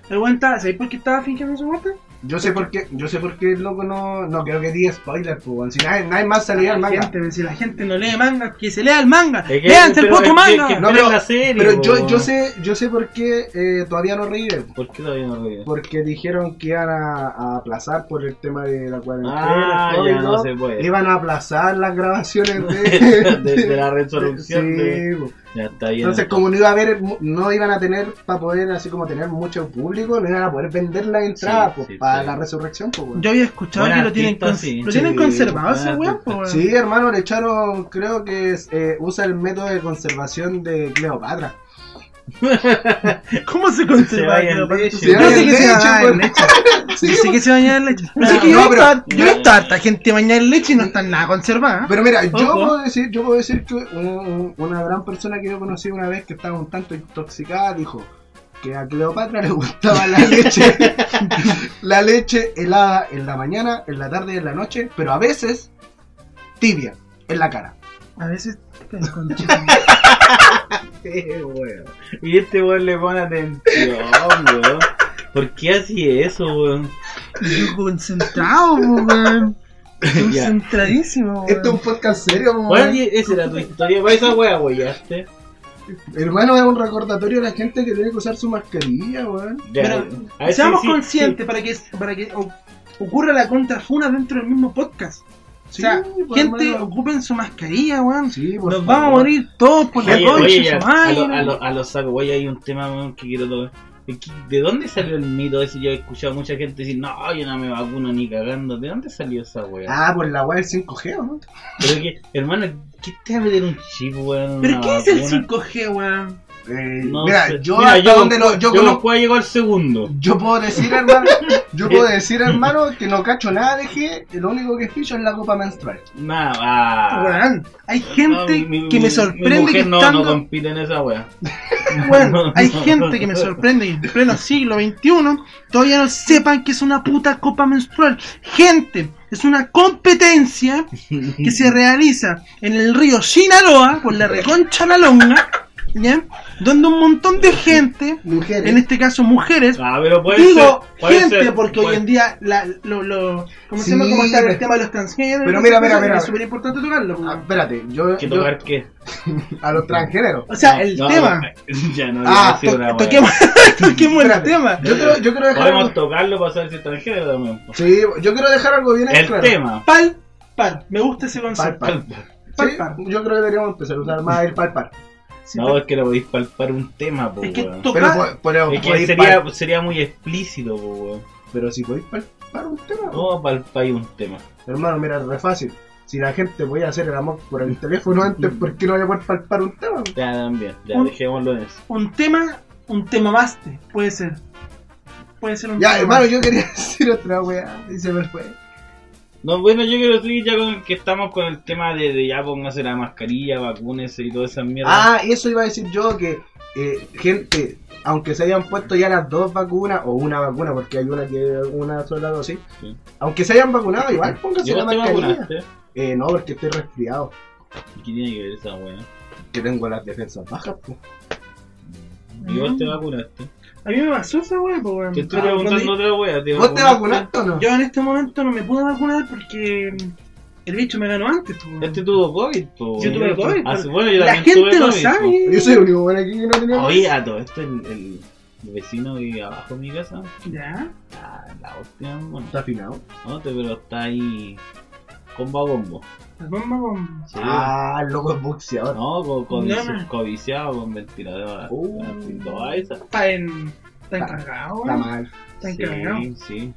C: El weón estaba, ¿sabéis por qué estaba fingiendo su muerte?
B: Yo sé por qué, yo sé por qué el loco no, no creo que diga spoiler, pues, weón. si nadie, nadie más salía
A: Ah,
B: al
C: La
B: manga.
C: gente, si la gente no lee manga, que se lea el manga.
A: Es que-
C: Léanse el
A: pero
C: puto
A: es que-
C: manga.
A: que
B: No,
A: esperen
B: pero-
A: la serie,
B: Pero yo,
A: weón.
B: yo sé, yo sé por qué eh, todavía no reíbe, po.
A: ¿Por qué todavía no revive?
B: porque dijeron que iban a, a aplazar por el tema de la cuarentena,
A: Ah,
B: el COVID,
A: ya no se puede.
B: iban a aplazar las grabaciones de,
A: Desde la resolución
B: Sí,
A: de-
B: po.
A: Ya está bien.
B: Entonces, como no iba a haber, mu- no iban a tener, para poder así como tener mucho público, no iban a poder vender las entradas
A: Sí,
B: pues,
A: sí,
B: para
A: sí.
B: la resurrección, pues, weón.
C: Yo había escuchado
A: Buen
C: que lo tienen,
A: artista,
C: cons-
A: sí.
C: ¿lo tienen
B: Sí,
C: conservado ese
A: buen
C: weón,
A: artista.
C: po, weón.
B: Sí, hermano, le echaron, creo que es, eh, usa el método de conservación de Cleopatra.
C: ¿Cómo se
A: Se
C: conserva?
A: baña en
C: weón?
A: leche,
B: Se
C: Yo
A: weón.
B: baña
C: sé
B: en
C: que se
B: leche,
C: baña
B: weón.
C: en leche.
B: Sí,
C: Yo sé que se baña en leche. Pero es que
B: No,
C: yo he
B: pero-
C: visto a- yo he visto a harta gente bañada en leche y no está nada conservada.
B: Pero mira, yo
C: Ojo.
B: puedo decir, yo puedo decir que un- un- una gran persona que yo conocí una vez que estaba un tanto intoxicada dijo que a Cleopatra le gustaba la leche, la leche helada en la mañana, en la tarde y en la noche, pero a veces tibia en la cara.
C: A veces.
A: Eh, weón. Y este weón le pone atención, weón. ¿Por qué así eso, weón?
C: Yo concentrado, po, weón.
A: Ya.
C: Concentradísimo, weón.
B: Esto es un podcast serio,
C: Ah.
B: weón.
A: Bueno, y esa era tu historia. Para esa wea, weyaste.
B: hermano, es un recordatorio a la gente que tiene que usar su mascarilla, weón.
A: Ya,
C: Pero,
A: a ver,
C: Seamos
A: sí, sí,
C: conscientes para que, para que o- ocurra la contrafuna dentro del mismo podcast.
B: Sí,
C: o sea,
B: pues,
C: gente,
B: hermano.
C: ocupen su mascarilla, weón.
B: Sí, por
C: Nos
B: favor.
C: vamos a morir todos por
A: sí. Oye,
C: la
A: oye,
C: concha,
A: ya,
C: su
A: a,
C: madre.
A: lo- a, lo- a los sacos, wey, hay un tema weón, que quiero tocar. Es que, ¿De dónde salió el mito ese? Yo he escuchado a mucha gente decir, no, yo no me vacuno ni cagando. ¿De dónde salió esa wea?
B: Ah, por la weá del 5G, ¿no?
A: Pero que, hermano, ¿qué te va a meter un chip, weón?
C: ¿Pero
A: una
C: qué es el
A: vacuna?
C: 5G, weón?
B: Eh,
A: No
B: mira,
A: sé.
B: yo
A: Mira,
B: hasta donde lo- yo
A: yo
B: conozco
A: puedo llegar al segundo.
B: Yo puedo decir, hermano, yo puedo decir, hermano, que no cacho nada de G, lo único que pillo es la copa menstrual.
A: Nada, ah.
C: Weón, hay
A: No,
C: gente
A: mi- mi-
C: que
A: mi-
C: me
A: mi
C: sorprende
A: mujer
C: que
A: no,
C: estando...
A: no compite en esa wea.
C: Weón, hay gente que me sorprende que en pleno siglo XXI todavía no sepan que es una puta copa menstrual. Gente, es una competencia que se realiza en el río Sinaloa, por la reconcha la longa, ¿ya? Donde un montón de gente,
B: Mujeres.
C: en este caso mujeres,
A: Ah, pero puede
C: digo
A: ser, puede
C: gente
A: ser,
C: porque hoy
A: puede-
C: en día la, lo, lo- ¿cómo
B: Sí,
C: se llama? ¿Cómo está
B: pero-
C: el tema de los transgéneros?
B: pero
C: y
B: mira,
C: esas
B: mira,
C: cosas?
B: mira.
C: Es súper importante tocarlo. pues.
B: Ah,
C: weón.
B: espérate, yo,
A: ¿Que
B: yo-
A: tocar qué?
B: a los transgéneros.
C: O sea, el
A: No,
C: tema...
A: no, ya no,
B: Ah,
A: ya no ha sido
C: to-
A: una wea.
C: toquemos, toquemos el
B: Espérate,
C: tema.
B: Yo quiero, yo quiero dejar
A: Podemos
B: algo,
A: tocarlo para saber si es extranjero también. po.
B: sí, yo quiero dejar algo bien
A: El
B: claro.
A: tema.
C: Pal, par. Me gusta ese
B: Pal,
C: concepto.
B: pal. Sí,
C: Palpar.
B: yo creo que deberíamos empezar a usar más el palpar.
C: Sí,
A: No,
C: pal.
A: es que no podéis palpar un tema, po,
C: es que
A: weón.
B: Pero
C: tocar.
B: po- pero
A: Es que
B: podéis
A: sería,
B: pal-
A: sería muy explícito, po, weón.
B: pero si podéis palpar un tema.
A: ¿Cómo palpáis un tema?
B: Hermano, mira, es re fácil. Si la gente podía hacer el amor por el teléfono antes, ¿por qué no voy a poder palpar un tema?
A: Ya, también, ya,
C: Un-
A: dejémoslo en eso.
C: Un tema, un tema master. Puede ser. Puede ser un
B: Ya,
C: tema
B: hermano,
C: más.
B: yo quería decir otra weá y se me fue.
A: No, bueno, yo quiero seguir ya con que estamos con el tema de, de ya póngase la mascarilla, vacúnese y toda esa mierda.
B: Ah, eso iba a decir yo que eh, gente, aunque se hayan puesto ya las dos vacunas o una vacuna, porque hay una que una sola dosis,
A: Sí.
B: aunque se hayan vacunado igual pónganse
A: ¿Yo
B: la
A: te
B: mascarilla.
A: vacunaste?
B: Eh, no, porque estoy resfriado,
A: ¿Qué tiene que ver esa weá?
B: que tengo las defensas bajas. pues.
A: ¿Y vos
C: Ujú.
A: te
B: Mm.
A: vacunaste?
B: Ah,
C: A mí me pasó esa weá, po, weón.
A: Te estoy
C: Ah,
A: preguntando
C: cuando-
A: otra weá. ¿Te
B: ¿Vos te vacunaste o no?
C: Yo en este momento no me pude vacunar porque mm, el bicho me ganó antes, po, weón.
A: Este tuvo COVID, po.
C: Yo tuve COVID,
A: Ah,
C: pero-
A: sí, bueno, yo
C: La
A: también
C: gente
A: tuve
C: lo
A: COVID,
C: sabe.
B: Yo soy el único bueno aquí que no
A: po.
B: tenía.
A: Oye, a todo esto, el, el vecino de abajo de mi casa,
C: Ya.
A: ah, la hostia, bueno,
B: Está afinado.
A: no te, pero está ahí combo a bombo.
C: La bomba con.
A: Sí.
B: Ah, el loco es boxeador.
A: No, con, con
C: No,
A: su-
C: no.
A: cobiciado, con ventilador,
B: Uh.
A: así, toda ah, esa.
C: Está en. Está
B: Está-
C: encargado,
B: Está
C: weón.
B: mal.
C: Está encargado.
A: Sí, sí.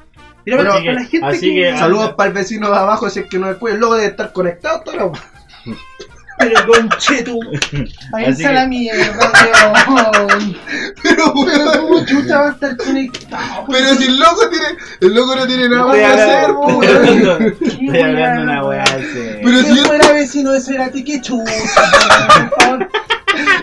C: Mira,
B: Bueno,
C: para la
A: así
C: gente
A: que-
C: que.
A: así
B: Saludos para el vecino de abajo, si es que no escucha. El loco debe estar conectado toda la weá.
C: Pero conchetu.
A: Así
C: Váyanse a
A: que-
C: la mierda, weón. Pero
B: Pero weón,
C: cómo chucha va a estar conectado.
B: Pero si el loco tiene. El loco no tiene nada más
A: Estoy
B: que hacer,
A: hablando-
B: po,
A: estoy
B: weón.
A: hablando- estoy
C: pues, Qué
A: hablando una
C: weá.
A: weá ese.
B: Pero
C: Si
B: si es-
C: fuera vecino de Cerati, que chucha. weón, por favor,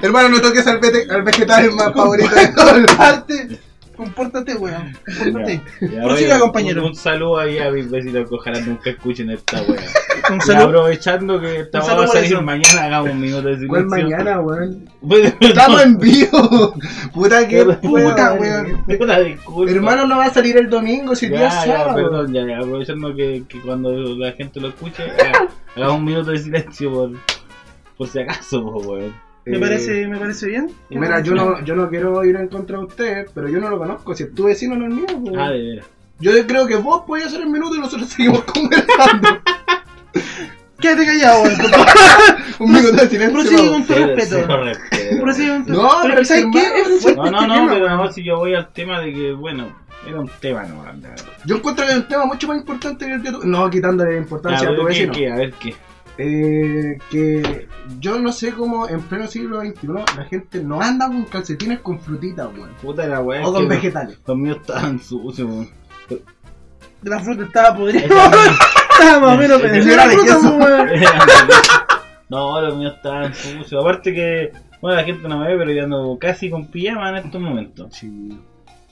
B: Hermano, no toques al, vete- al vegetal más favorito de todo el
C: Comparte, compórtate, weón. Compórtate.
A: Ya, ya,
C: Prosiga,
A: oye,
C: compañero.
A: Un, un saludo ahí a mis vecinos que ojalá nunca escuchen esta wea.
C: Un
A: Y aprovechando que esta wea
C: Un
A: va
C: saludo
A: a
C: por
A: salir
C: eso.
A: mañana, hagamos un minuto de silencio.
B: ¿Cuál mañana, weón?
A: Bueno,
B: Estamos en vivo. Puta que
A: Puta,
B: puta,
C: weón.
B: weón.
A: puta, disculpa.
B: Hermano, no va a salir el domingo si
A: ya,
B: Dios
A: ya,
B: sabe. weón.
A: perdón, ya, ya, aprovechando que, que cuando la gente lo escuche, ha- hagamos un minuto de silencio por, por si acaso, po, weón.
C: Me
B: Eh,
C: parece, me parece bien.
B: y Mira, yo no, yo no quiero ir en contra de usted, pero yo no lo conozco. Si es tu vecino, no es mío. weón.
A: Ah, de veras.
B: Yo creo que vos podías hacer el minuto y nosotros seguimos conversando.
C: Quédate callado, weón.
B: Un minuto de silencio.
C: Prosigue con
B: vamos.
C: tu respeto. Prosigue con tu
B: No, pero es
C: ¿sabes
B: que
C: qué?
B: hermano,
C: Es fuerte
A: No, no,
C: este
A: no,
C: tema,
A: pero
C: weón.
A: no, si yo voy al tema de que, bueno, era un tema no la verdad.
B: Yo encuentro que es un tema mucho más importante que el de tu... No, quitándole importancia
A: Ya,
B: a tu
A: pero ¿qué,
B: vecino.
A: qué? A ver qué.
B: Eh, que yo no sé cómo en pleno siglo XXI la gente no anda con calcetines con frutitas, weón.
A: Puta la weá.
B: O
A: que
B: con vegetales.
A: Los míos estaban sucios, weón.
C: De la fruta estaba podrida.
A: Eran-
C: Estaba más o menos
A: Ese
C: pedecida
B: era
C: la
B: de
C: fruta,
B: queso.
C: weón.
A: eran- No, los míos estaban sucios. Aparte que, bueno, la gente no me ve, pero yo ando casi con pijama en estos momentos.
B: Sí.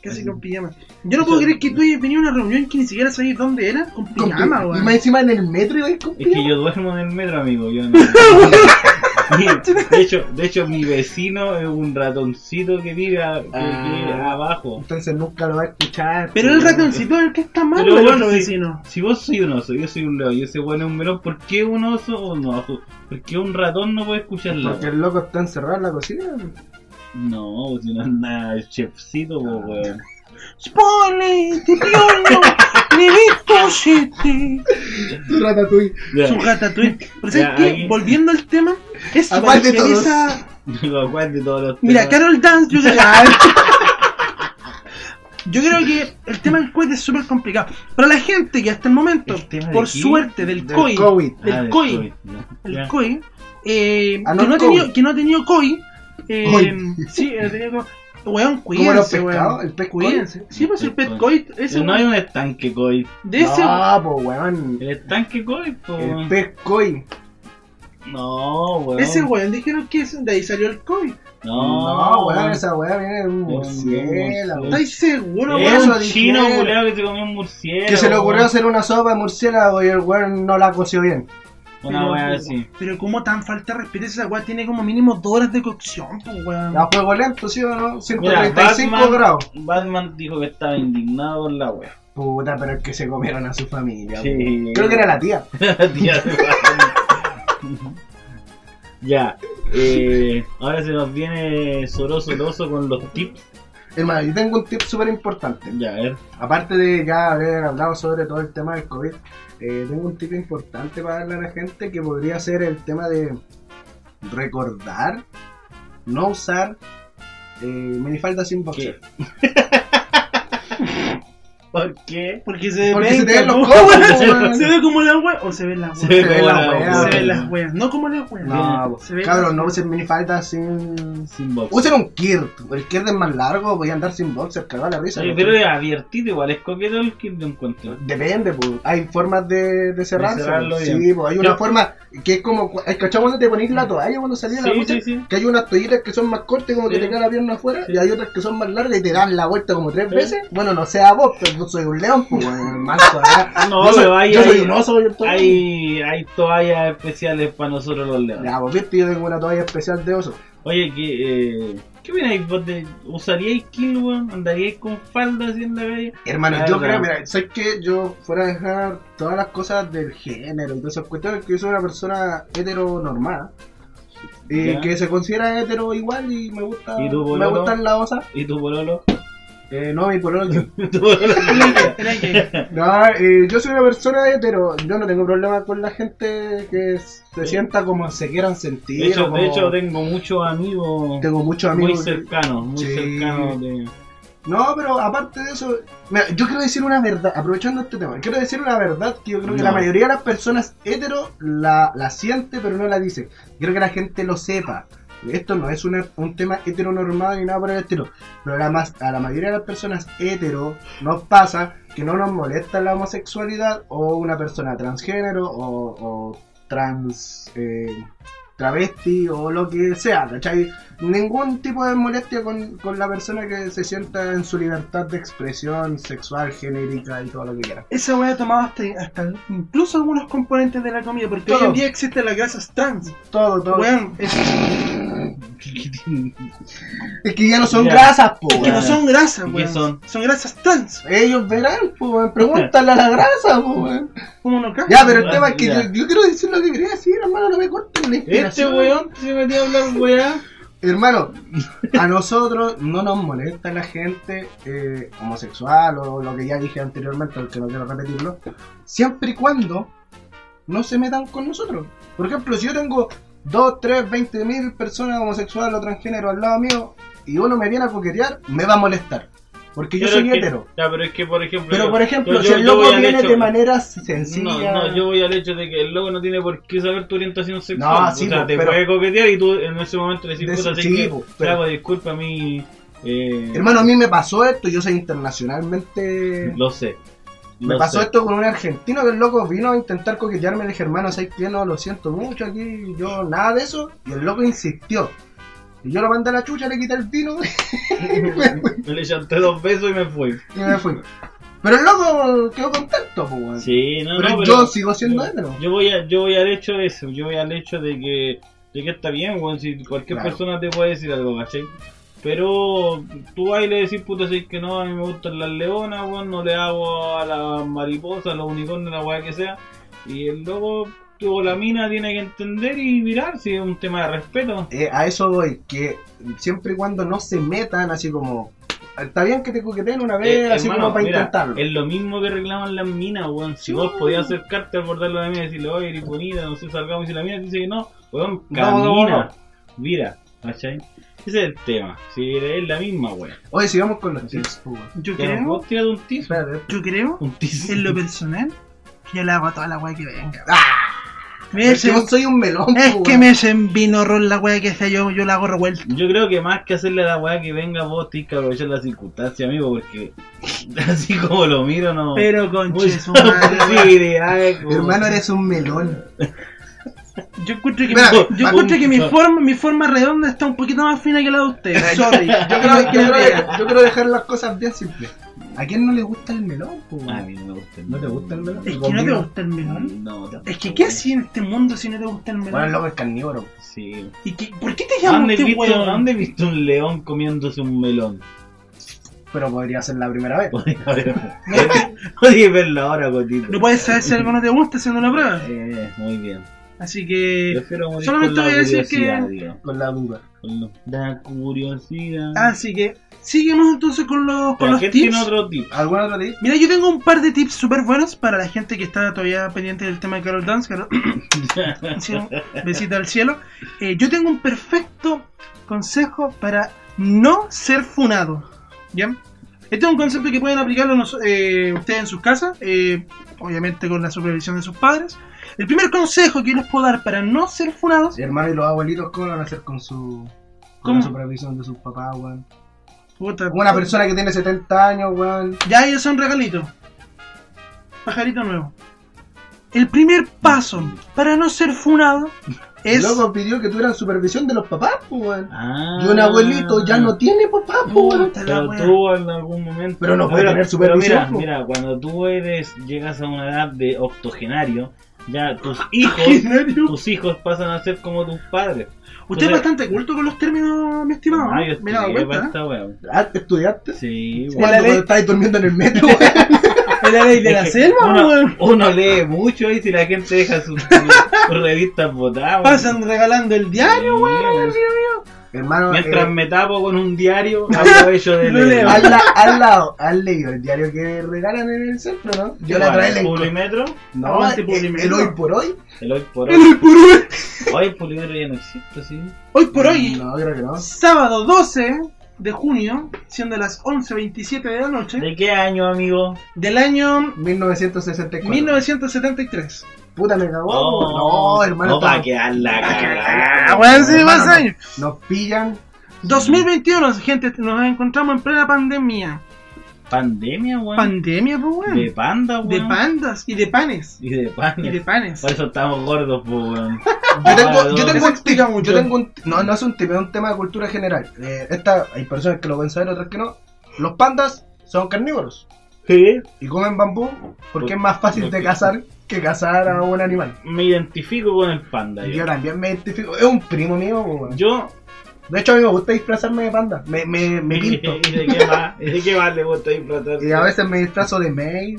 C: Casi con pijama. Yo no puedo creer que tú hayas venido a una reunión que ni siquiera sabías dónde era. Con
B: Con pi-
C: pijama,
B: y más
C: weón.
B: encima en el metro y vais con
A: Es que
B: pijama.
A: yo duermo en el metro, amigo. Yo no. de, hecho, de hecho, mi vecino es un ratoncito que vive a- que vive
B: Ah.
A: abajo.
B: Entonces nunca lo va a escuchar.
C: Pero el ratoncito es el que está mal,
A: Pero,
C: o el
A: weón,
C: otro
A: sí.
C: vecino.
A: Si vos soy un oso, yo soy un león, yo soy bueno un melón, ¿por qué un oso o un oso? ¿Por qué un ratón no puede escuchar la
B: Porque el loco está encerrado en la cocina.
A: No, si no anda el chefcito, po,
C: Ah.
A: weón.
C: Spone, te piono, mi visto siete.
B: Ratatouille.
A: Ya,
C: Su gata Twitch. Pero ¿sabes
A: Ya,
C: qué?
A: ahí.
C: Volviendo al tema, es
B: Aparte de
C: evangeliza-
A: lo cual de todos los
C: Mira,
A: temas. Ah,
C: Carol Dance, yo sé- Yo creo que el tema del COVID es súper complicado. Para la gente que hasta el momento,
A: ¿El tema de
C: por
A: qué?
C: suerte, del,
B: Del
C: COI,
B: COVID.
A: Ah,
C: del
A: del
C: COI.
A: COVID, ya,
C: el
A: ya.
C: COI, eh,
B: Ah, no,
C: que, no ha
B: el
C: tenido,
B: COI.
C: que no ha tenido COI, eh,
B: COI.
C: sí, no ha tenido COI. Weón,
B: ¿Cómo los
C: cuídense,
B: pescados?
C: weón.
B: ¿El pez koi?
C: Cuídense. Sí, pues el
A: El pez
C: pet
A: koi.
C: COVID, ese
A: No hay un estanque COI.
C: De ese.
B: Ah, pues weón.
A: El estanque COI, po,
B: El
A: weón.
B: pez koi.
A: No, weón.
C: Ese weón dijeron que es- de ahí salió el COVID.
B: No,
A: No,
B: weón, esa weá viene de un
A: un
B: murciélago.
A: murciélago.
C: ¿Estáis seguro,
B: Eh,
A: Es
C: weón?
B: eso
A: un
B: dije.
A: chino culeado que se comió un murciélago.
B: Que se le ocurrió
A: weón.
B: hacer una sopa de murciélago y el weón no la coció bien.
A: Una
C: Pero-
A: weá así.
C: Pero como tan falta de respeto esa weá tiene como mínimo dos horas de cocción, pues weón.
B: A fuego lento, ¿sí o no?
A: Mira,
B: 135
A: Batman,
B: grados.
A: Batman dijo que estaba indignado por la wea.
B: Puta, pero es que se comieron a su familia.
A: Sí.
B: weón. Creo que era la tía.
A: Tía de Batman. ya, eh, ahora se nos viene Soroso el oso con los tips.
B: Hermano, yo tengo un tip súper importante.
A: Ya, a ver.
B: Aparte de ya haber hablado sobre todo el tema del COVID, eh, tengo un tip importante para darle a la gente que podría ser el tema de recordar, no usar eh, minifalda sin boxer.
A: ¿Qué? ¿Por qué?
C: Porque se
B: Porque
C: ven
B: se te ven
C: como-
B: los cocos, pues, weón.
C: Se ve como la wea o se ven las
A: Se
C: weas.
A: ve
B: la
A: la
B: wea,
A: wea.
C: Se ven las weas, no como las weas.
B: No, pues,
C: Se ve-
B: cabrón, no usen minifalda sin...
A: Sin boxeo.
B: Usen un kirt, el kirt es más largo, voy a andar sin boxer, cagada la risa.
A: Oye,
B: ¿no?
A: pero es abiertito igual, es coqueto el kit de encuentro.
B: Depende, pues. Hay formas de, de cerrarse.
A: De cerrarlo
B: sí,
A: bien.
B: pues hay una
A: Yo-
B: forma que es como. cu- ¿Has cachado cuando te ponís la toalla cuando salís de la
A: Sí,
B: ducha?
A: sí, sí.
B: Que hay unas toallitas que son más cortas y como que
A: Sí.
B: te queda la pierna afuera.
A: Sí.
B: Y hay otras que son más largas y te dan la vuelta como tres
A: Sí.
B: veces. Bueno, no sea vos, pero yo soy un león, pues. Bueno, manso, ¿verdad?
A: No,
B: Ah, yo soy,
A: pero hay-
B: yo soy
A: hay-
B: un oso. Yo estoy-
A: Hay, hay toallas especiales para nosotros los leones.
B: Ya, pues viste, yo tengo una toalla especial de oso.
A: Oye, que, eh, ¿qué opináis vos de... ¿Usaríais kill, weón? ¿Andaríais con falda así en la calle?
B: Hermano, yo
A: Claro.
B: creo, mira, ¿sabes qué? Yo fuera a dejar todas las cosas del género y todas esas cuestiones, que yo soy una persona heteronormada, eh,
A: Ya.
B: que se considera hetero igual y me gusta,
A: ¿Y tu
B: me
A: pololo?
B: gustan las osas.
A: ¿Y tu pololo?
B: Eh, no, mi pololo.
A: ¿Tu pololo?
C: Era que-
B: no, eh, yo soy una persona hetero, yo no tengo problema con la gente que se sienta como se quieran sentir.
A: De hecho,
B: o como-
A: de hecho, tengo muchos amigos,
B: tengo muchos
A: muy
B: amigos.
A: cercanos, muy
B: Sí.
A: cercanos de...
B: No, pero aparte de eso, mira, yo quiero decir una verdad, aprovechando este tema, quiero decir una verdad que yo creo que
A: No.
B: la mayoría de las personas hetero la, la siente pero no la dice. Quiero que la gente lo sepa. Esto no es una- un tema heteronormado ni nada por el estilo, pero la mas- a la mayoría de las personas hetero nos pasa que no nos molesta la homosexualidad o una persona transgénero o, o trans... eh, travesti o lo que sea, ¿cachai? Ningún tipo de molestia con, con la persona que se sienta en su libertad de expresión sexual, genérica y todo lo que quiera.
C: Esa wea ha tomado hasta, hasta incluso algunos componentes de la comida, porque
B: Todo.
C: hoy en día existen las grasas trans.
B: Todo, todo.
C: Weón, es
B: es que ya no son
A: Ya.
B: grasas, po,
C: que
B: weón.
C: no son grasas,
A: ¿Y qué
C: weón.
A: son?
C: grasas trans.
B: Ellos verán, po, weón. Pregúntale a la grasa, po, weón.
C: ¿Cómo no cae?
B: Ya, pero el tema es que yo,
A: Ya.
B: yo quiero decir lo que quería decir, hermano. No me corten la
A: Este
B: inspiración.
A: weón se metió a hablar weá.
B: Hermano, a nosotros no nos molesta la gente eh, homosexual o lo que ya dije anteriormente, aunque no quiero repetirlo, siempre y cuando no se metan con nosotros. Por ejemplo, si yo tengo 2, 3, 20 mil personas homosexuales o transgénero al lado mío y uno me viene a coquetear, me va a molestar. Porque yo
A: Pero
B: soy
A: es que-
B: hetero.
A: Ya, pero es que, por ejemplo.
B: Pero
A: yo-
B: por ejemplo,
A: yo-
B: si
A: yo-
B: el
A: yo voy
B: loco
A: al
B: viene
A: hecho-
B: de manera
A: No,
B: sencilla.
A: no, yo voy al hecho de que el loco no tiene por qué saber tu orientación sexual.
B: No, sí,
A: o sea,
B: po,
A: te
B: pero-
A: puede coquetear y tú en ese momento le
B: De-
A: decís, puta, sé
B: sí,
A: que,
B: po, pero-
A: flaco, disculpa a mí. eh,
B: Hermano, a mí me pasó esto, yo soy internacionalmente...
A: Lo sé.
B: Me
A: lo
B: pasó
A: sé.
B: esto con un argentino que el loco vino a intentar coquetearme. Le dije, hermano, ¿sabes qué? No, lo siento mucho aquí, yo nada de eso. Y el loco insistió. Y yo lo mandé a la chucha, le quité el vino
A: Le chanté dos besos y me fui.
B: y me fui. Pero el loco quedó contento, pues, weón.
A: Sí, no,
B: pero,
A: no, pero-
B: yo sigo siendo
A: yo-
B: hétero.
A: Yo voy, a, yo voy al hecho de eso, yo voy al hecho de que, de que está bien, weón, si cualquier
B: Claro.
A: persona te puede decir algo, ¿cachai? Pero tú vas y le decís, puta, si es que no, a mí me gustan las leonas, weón, no le hago a las mariposas, a los unicornios, la weá que sea. Y el loco o la mina tiene que entender y mirar si es un tema de respeto.
B: Eh, a eso voy, que siempre y cuando no se metan así como... Está bien que te coqueteen una vez,
A: Eh,
B: así
A: hermano,
B: como para
A: mira,
B: intentarlo.
A: Es lo mismo que reclaman las minas, weón. Si
B: Sí.
A: vos podías acercarte al bordar de la mina y decirle, oye, eres bonita, no sé, salgamos. Y si la mina te dice que no, weón,
B: No,
A: camina.
B: no, no.
A: Mira, ¿cachai? Ese es el tema. Si es la misma, weón.
B: Oye, sigamos con los tips, pues, weón.
C: Yo
A: Ya,
C: creo,
A: Vos tirate un tiz.
B: Espérate.
C: yo creo,
A: Un tiz.
C: en lo personal, que yo le hago a toda la weá que venga.
B: ¡Ah!
C: Me
B: Es que
C: echen-
B: yo soy un melón,
C: es
B: pues,
C: que
B: weón.
C: me hacen vino rol la weá que sea, yo, yo la hago revuelta.
A: Yo creo que más que hacerle a la weá que venga vos, tienes que aprovechar la circunstancia, amigo, porque así como lo miro, no.
C: Pero
A: Muy-
C: conche su madre, weón.
A: posibilidades, weón.
B: Hermano, eres un melón.
C: Yo encuentro que,
B: Mira,
C: mi,
A: un-
C: yo encuentro que mi,
A: un-
C: forma, mi forma redonda está un poquito más fina que la de ustedes. Sorry.
B: Yo creo, yo creo- yo creo dejar las cosas bien simples. ¿A quién no le gusta el melón? po, weón?
A: Ah, a mí no me gusta el
B: ¿No te gusta el melón?
C: Es que no te gusta el melón.
A: No, tampoco,
C: Es que ¿qué
A: weón.
C: así en este mundo si no te gusta el melón?
B: Bueno, el loco es carnívoro.
A: Sí.
C: ¿Y qué- por qué te llamas
A: ¿Dónde he,
C: este
A: visto,
C: weón?
A: dónde he visto un león comiéndose un melón?
B: Pero podría ser la primera vez.
A: Podría haber- podría verlo ahora, Cotito.
C: No puedes saber si algo no te gusta haciendo la prueba.
A: Eh, muy bien.
C: Así que.
A: Prefiero morir
C: solamente
A: con la
C: voy a decir
A: curiosidad,
C: que-
A: digo.
B: Con la duda.
A: Con lo- la curiosidad.
C: Así que. Seguimos entonces con los, con
A: ¿Pero
C: Ah, los
A: qué
C: tips.
A: tiene otro tip?
B: ¿Algún otro tip?
C: Mira, yo tengo un par de tips súper buenos para la gente que está todavía pendiente del tema de Carol Dance. Carol... Sí, un besito al cielo. Eh, yo tengo un perfecto consejo para no ser funado. ¿Bien? Este es un concepto que pueden aplicarlo nos- eh, ustedes en sus casas, eh, obviamente con la supervisión de sus padres. El primer consejo que yo les puedo dar para no ser funados,
B: Sí, hermano, ¿y los abuelitos cómo lo van a hacer con su... Con
C: ¿Cómo?
B: la supervisión de sus papás, weón?
C: puta,
B: Una persona que tiene 70 años, weón.
C: ya ellos son regalitos. Pajarito nuevo. El primer paso para no ser funado
B: El
C: es...
B: loco pidió que tuvieran supervisión de los papás, po, weón.
A: Ah.
B: Y un abuelito ya no tiene papá, po, weón.
C: Puta la
A: Pero
C: wea.
A: tú en algún momento.
B: Pero no puede
A: Pero-
B: tener
A: pero
B: supervisión,
A: mira,
B: po.
A: mira, cuando tú eres, llegas a una edad de octogenario, ya tus hijos,
C: Imaginario.
A: tus hijos pasan a ser como tus padres. Entonces-
C: Usted es bastante culto con los términos, mi estimado.
A: Ah,
C: ¿no?
A: yo
C: Me he dado
A: estudié para
C: cuenta. ¿eh?
A: esta wea.
B: Ah, ¿te ¿Estudiaste?
A: Sí,
B: Cuando
A: wea.
C: la ley-
B: cuando estabas durmiendo en el metro, weón.
C: Es la ley de la
A: Es que
C: selva,
A: uno,
C: weón.
A: uno lee mucho y si la gente deja sus, sus revistas botadas. weón.
C: Pasan regalando el diario.
A: Sí, weón.
B: Hermano,
A: Mientras
B: eh,
A: me tapo con un diario, aprovecho de
C: Lo
A: leer.
C: leo.
B: Al, la- al lado, has leído el diario que regalan en el centro, ¿no? Yo la trae el
A: Publimetro,
B: No,
C: Aguante
B: el,
C: Publimetro.
B: el hoy por hoy.
A: el hoy por
C: El
A: hoy.
C: hoy por hoy.
A: Hoy Publimetro ya no existe, sí.
C: Hoy por hoy,
B: No, creo que no.
C: sábado 12 de junio, siendo las 11.27 de la noche,
A: ¿De qué año, amigo?
C: del año
B: 1964.
C: 1973.
B: Puta, me cagó. Oh, no, hermano.
A: Oh, No va a
B: estamos-
A: quedar la
C: Ah,
A: cagada.
C: weón, sí,
B: Hermano,
C: más años.
B: Nos pillan.
C: 2021, gente, nos encontramos en plena pandemia.
A: Pandemia, weón.
C: Pandemia, pues,
A: de
C: weón.
A: panda,
C: De
A: weón.
C: pandas y de panes.
A: Y de pan.
C: Y de panes.
A: Por eso estamos gordos, pues, weón.
B: Yo tengo,
A: no,
B: yo tengo
C: eso
B: un tip,
C: explica mucho.
B: Yo tengo un No, no es un tip, es un tema de cultura general. Eh, esta, hay personas que lo pueden saber, otras que no. Los pandas son carnívoros
A: Sí.
B: y comen bambú porque es más fácil de cazar que cazar a un animal.
A: Me identifico con el panda,
B: Yo
A: yo.
B: también me identifico. Es un primo mío, weón.
A: Yo
B: De hecho, a mí me gusta disfrazarme de panda. Me, me, me pinto.
A: ¿Y de qué más? ¿Y de qué más le gusta disfrazarse?
B: Y a veces me disfrazo de May.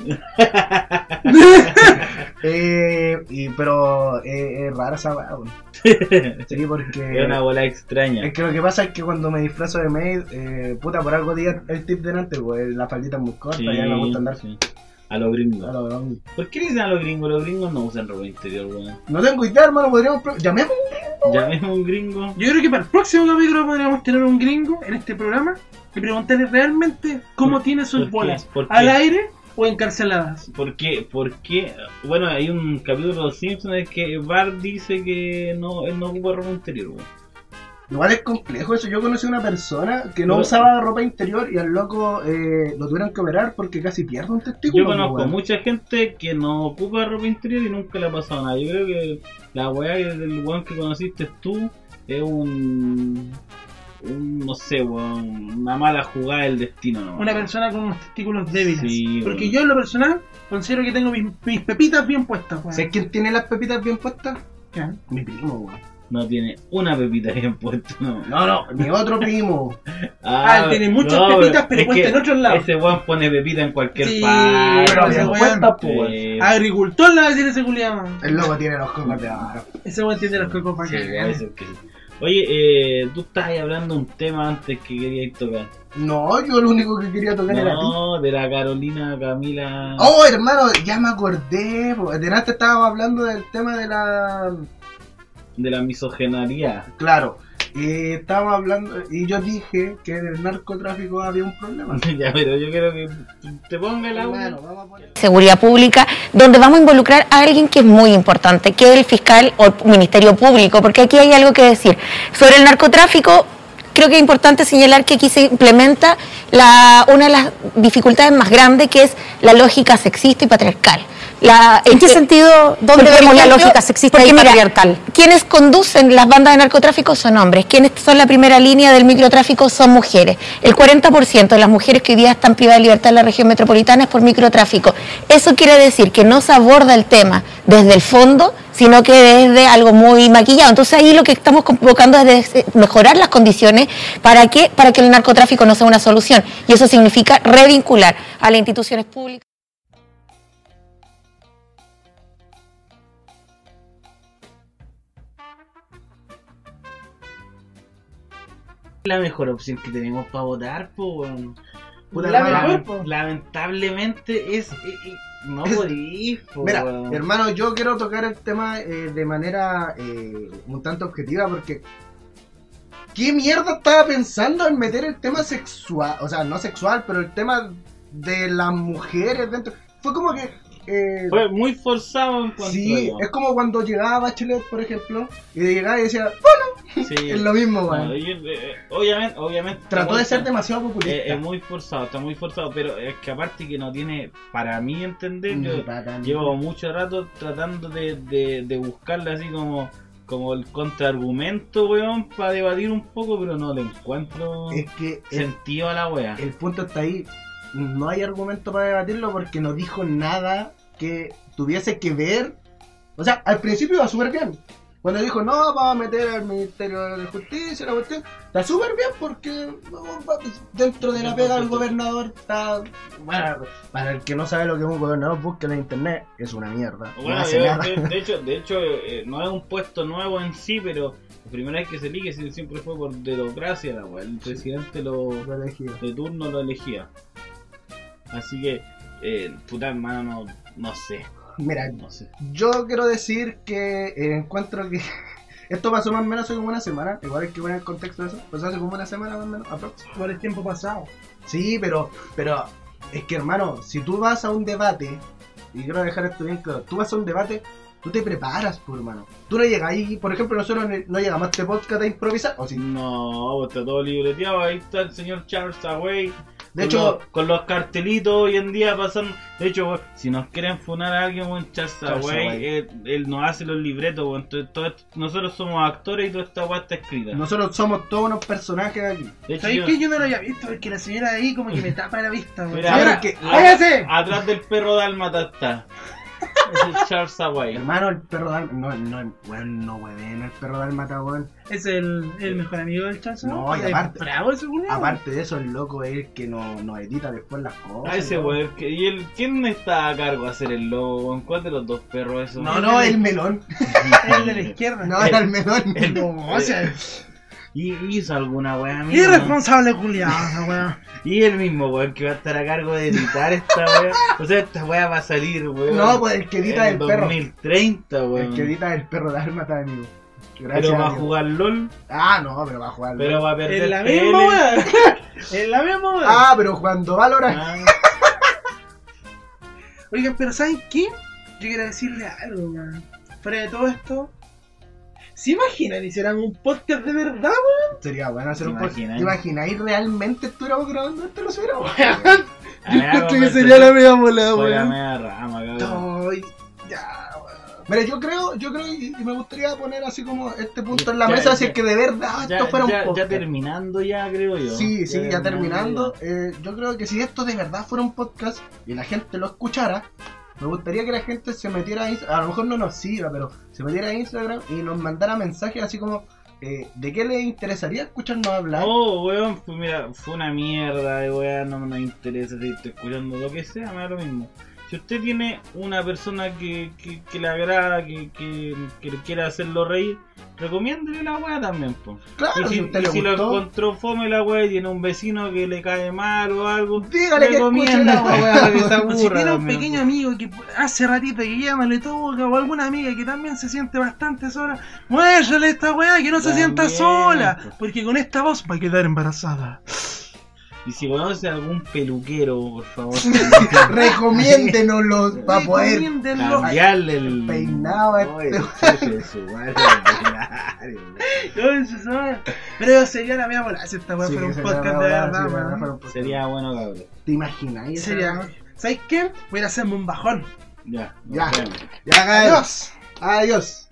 B: Eh, y, pero eh, es rara esa weá, weón. Sí,
A: Es una
B: porque.
A: bola extraña.
B: eh, Es que lo que pasa es que cuando me disfrazo de May, eh, puta, por algo di el tip delante, pues la faldita es muy corta,
A: Sí,
B: ya me gusta andar.
A: sí. a los
B: No,
A: gringos.
B: no, no.
A: ¿Por qué le dicen a los gringos? Los gringos no usan ropa interior, weón.
B: No tengo idea, hermano. Podríamos. pre- Llamemos.
A: Llamemos a un gringo.
C: Yo creo que para el próximo capítulo podríamos tener un gringo en este programa y preguntarle realmente cómo tiene sus
A: por qué?
C: bolas.
A: ¿Por qué?
C: ¿Al aire o encarceladas?
A: ¿Por qué? ¿Por qué? Bueno, hay un capítulo de Los Simpsons en el que Bart dice que no, él no ocupa ropa interior, weón.
B: Igual es complejo eso. Yo conocí a una persona que no
A: Yo-
B: usaba ropa interior y al loco eh, lo tuvieron que operar porque casi pierde un testículo.
A: Yo conozco
B: weón.
A: mucha gente que no ocupa ropa interior y nunca le ha pasado nada. Yo creo que la weá que- del weón que conociste tú es un. un, no sé, weón, una mala jugada del destino. ¿no?
C: una persona con unos testículos débiles.
A: Sí,
C: porque
A: bueno.
C: yo en lo personal considero que tengo mis, mis pepitas bien puestas, weón.
B: ¿Sabes quién tiene las pepitas bien puestas?
C: Ya.
B: Mi primo, weón.
A: No tiene una pepita bien puesta. No,
B: No, no, mi otro primo.
C: Ah, él tiene muchas pepitas, pero
A: es
C: puesta
A: que
C: en otros lados.
A: Ese weón pone pepita en cualquier
C: Sí,
A: parte.
C: pero
B: bien
A: weón.
B: puesta, po, pues, weón.
A: Eh,
C: Ah, Agricultor la va a decir ese culiado.
B: El loco tiene los cocos de barro.
C: Ese weón tiene los cocos para
A: sí,
C: acá.
A: puede ser que sí. Oye, eh, tú estabas ahí hablando de un tema antes que querías tocar.
B: No, yo lo único que quería tocar era a ti.
A: No, de la Carolina Camila.
B: Oh, hermano, ya me acordé. po. Delante estábamos hablando del tema de la.
A: de la misogenaría.
B: Claro, eh, estábamos hablando. Y yo dije que en el narcotráfico había un problema.
A: ya, pero yo quiero que te ponga el audio.
B: Hermano, vamos a poner.
D: Seguridad Pública, donde vamos a involucrar a alguien que es muy importante, que es el fiscal o el Ministerio Público, porque aquí hay algo que decir. Sobre el narcotráfico, creo que es importante señalar que aquí se implementa la, una de las dificultades más grandes, que es la lógica sexista y patriarcal. La,
E: ¿En qué
D: este-
E: sentido?
D: porque,
E: ¿Dónde
D: por
E: vemos la
D: ejemplo,
E: lógica sexista
D: porque
E: y
D: mira,
E: patriarcal?
D: Quienes conducen las bandas de narcotráfico son hombres, quienes son la primera línea del microtráfico son mujeres. El 40% de las mujeres que hoy día están privadas de libertad en la región metropolitana es por microtráfico. Eso quiere decir que no se aborda el tema desde el fondo, sino que desde algo muy maquillado. Entonces ahí lo que estamos convocando es des- eh, mejorar las condiciones para que, para que el narcotráfico no sea una solución. Y eso significa revincular a las instituciones públicas.
A: La mejor opción que tenemos para votar, po, weón.
B: Puta,
C: La
B: hermano,
C: mejor, po.
A: Lamentablemente es. y- y- no
B: Es-
A: podís, po,
B: Mira,
A: Oh, weón.
B: hermano, yo quiero tocar el tema eh, de manera eh, un tanto objetiva porque. ¿Qué mierda estaba pensando en meter el tema sexual? O sea, no sexual, pero el tema de las mujeres dentro. Fue como que. eh,
A: Fue muy forzado en cuanto
B: sí,
A: a
B: es como cuando llegaba Bachelet, por ejemplo, y llegaba y decía, "Oh,
A: Sí.
B: es lo mismo,
A: No,
B: weón.
A: yo, eh, obviamente, obviamente.
B: Trató de
A: está-
B: ser demasiado
A: eh,
B: populista.
A: es muy forzado, está muy forzado, pero es que aparte que no tiene, para mí entender, yo,
B: Ni para mí.
A: Llevo mucho rato tratando de, de, de buscarle así como, como el contraargumento, weón, para debatir un poco, pero no le encuentro
B: Es que el,
A: sentido a la weá.
B: el punto está ahí. No hay argumento para debatirlo porque no dijo nada que tuviese que ver. O sea, al principio iba súper bien. Cuando dijo, no, vamos a meter al Ministerio de Justicia, la cuestión, está súper bien porque no, va- dentro de la pega del gobernador está... Bueno, para el que no sabe lo que es un gobernador, búsquelo en internet, es una mierda. No
A: Bueno,
B: hace
A: yo-
B: nada.
A: de, de hecho, de hecho eh, eh, no es un puesto nuevo en sí, pero la primera vez que se elige sí, siempre fue por dedocracia la weá. El presidente lo,
B: Lo elegí.
A: de turno lo elegía. Así que, eh, puta hermano, no, no sé,
B: Mira,
A: no sé.
B: Yo quiero decir que eh, encuentro que esto pasó más o menos hace como una semana, igual hay que poner el contexto de eso, pasó hace como una semana más o menos, aprox.
C: Por el tiempo pasado.
B: Sí, pero, pero es que hermano, si tú vas a un debate, y quiero dejar esto bien claro, tú vas a un debate, tú te preparas, por hermano. Tú no llegas ahí, por ejemplo, nosotros no- no llegamos a este podcast a improvisar, o sí.
A: No, pues está todo libreteado, ahí está el señor Charles Away.
B: De
A: con
B: hecho,
A: los- con los cartelitos hoy en día pasan. De hecho, weón, si nos quieren funar a alguien, weón, Charles
B: Charles
A: Away,
B: Away.
A: él, él nos hace los libretos. weón. Entonces, todo esto- nosotros somos actores y toda esta weá está escrita.
B: nosotros somos todos unos personajes aquí.
A: de hecho,
C: ¿Sabéis
A: yo-
C: que yo no lo había visto? Es que la señora de ahí como que me tapa la vista, weón.
A: Mira,
C: Señora,
B: porque-
C: ¡Váyase!
A: atrás del perro Dalmata está. Ese es Charles Away.
B: Hermano, el perro Dal... No, no, weón, no, weón, el perro Dal matagón.
C: Es el, el mejor amigo del chanzo.
B: No, y
C: Es
B: aparte-
C: Bravo ese culiado.
B: Aparte de eso, el loco es el que nos no edita después las cosas.
A: Ah, ese
B: ¿no?
A: weón. que- ¿Y el, quién está a cargo de hacer el lobo? weón? ¿Cuál de los dos perros eso?
B: No, no, el melón.
C: Es el de la izquierda.
B: No, era el melón.
C: No, o sea,
A: Y hizo alguna weá,
C: Y
A: mira, weón.
C: irresponsable, culiado, weón.
A: Y el mismo weón que va a estar a cargo de editar esta weá. O sea, esta weá va a salir, weón.
B: No, pues el que edita
A: en
B: el perro.
A: 2030, weón.
B: El que edita el perro de alma está amigo. Gracias.
A: pero va a
B: amigo.
A: jugar LOL,
B: Ah, no, pero va a jugar.
A: pero va a perder
C: En la
A: PL.
C: misma, weón. En la misma, weón.
B: Ah, pero cuando Valorant.
A: Ah,
C: Oigan, pero ¿saben qué? Yo quiero decirle algo, weón. Fuera de todo esto. ¿Se imaginan? Hicieran un podcast de verdad,
A: Ah.
B: Sería bueno hacer
A: ¿Te
B: un podcast.
A: imaginas?
B: ¿Te imagináis realmente estuviéramos grabando esto? ¿Lo subiéramos?
C: weón.
A: a ver,
C: Esto que
A: vamos a
C: sería la
A: empezar
C: media volada,
A: por la
C: weón.
A: media rama, cabrón.
B: Estoy. Ya, weón. Mira, yo creo, yo creo y, y me gustaría poner así como este punto en la
A: Ya,
B: mesa,
A: ya.
B: si es que de verdad
A: Ya,
B: esto fuera un
A: ya- ya
B: podcast.
A: terminando ya, creo yo.
B: Sí, sí, ya terminando,
A: ya.
B: eh, yo creo que si esto de verdad fuera un podcast y la gente lo escuchara, me gustaría que la gente se metiera a Instagram, a lo mejor no nos siga, pero se metiera a Instagram y nos mandara mensajes así como eh, de qué les interesaría escucharnos hablar.
A: Oh, weón, pues mira, fue una mierda, de weón, no me interesa si estoy escuchando lo que sea, me da lo mismo. Si usted tiene una persona que, que, que le agrada, que, que, que le quiera hacerlo reír, recomiéndele la weá también, po.
B: claro,
A: y
B: si,
A: si,
B: a usted
A: y
B: le
A: si lo
B: gustó,
A: encontró fome la weá y tiene un vecino que le cae mal o algo,
B: dígale que escuche
A: recomienda
B: la
A: la weá
B: weá.
A: para que se aburra.
C: Si tiene un
A: también,
C: pequeño amigo que hace ratito que ya no le toca o alguna amiga que también se siente bastante sola, muéstrale esta weá que no se
A: También,
C: sienta
A: pues.
C: sola, porque con esta voz va a quedar embarazada.
A: Y si conoce algún peluquero, por favor,
B: Recomiéndenoslo para poder.
C: Recomiéndenlo.
A: cambiarle el
B: el peinado a este
A: Oye,
B: weón.
A: chuche su madre, ordinario, weón.
C: Ay, se sabe. Pero sería la mía bola si esta weá
B: Sí,
C: fuera un
B: sería
C: podcast
B: una
C: de
B: weá,
C: verdad,
B: sí,
C: weón.
B: fuera un podcast.
A: Sería bueno, cabrón.
B: ¿Te imagináis? esa
C: Sería.
B: weá?
C: ¿Sabes qué? Voy a ir a hacerme un bajón.
A: Ya, nos
B: Ya.
A: vemos.
B: Ya, cabrón.
C: Adiós.
B: Adiós.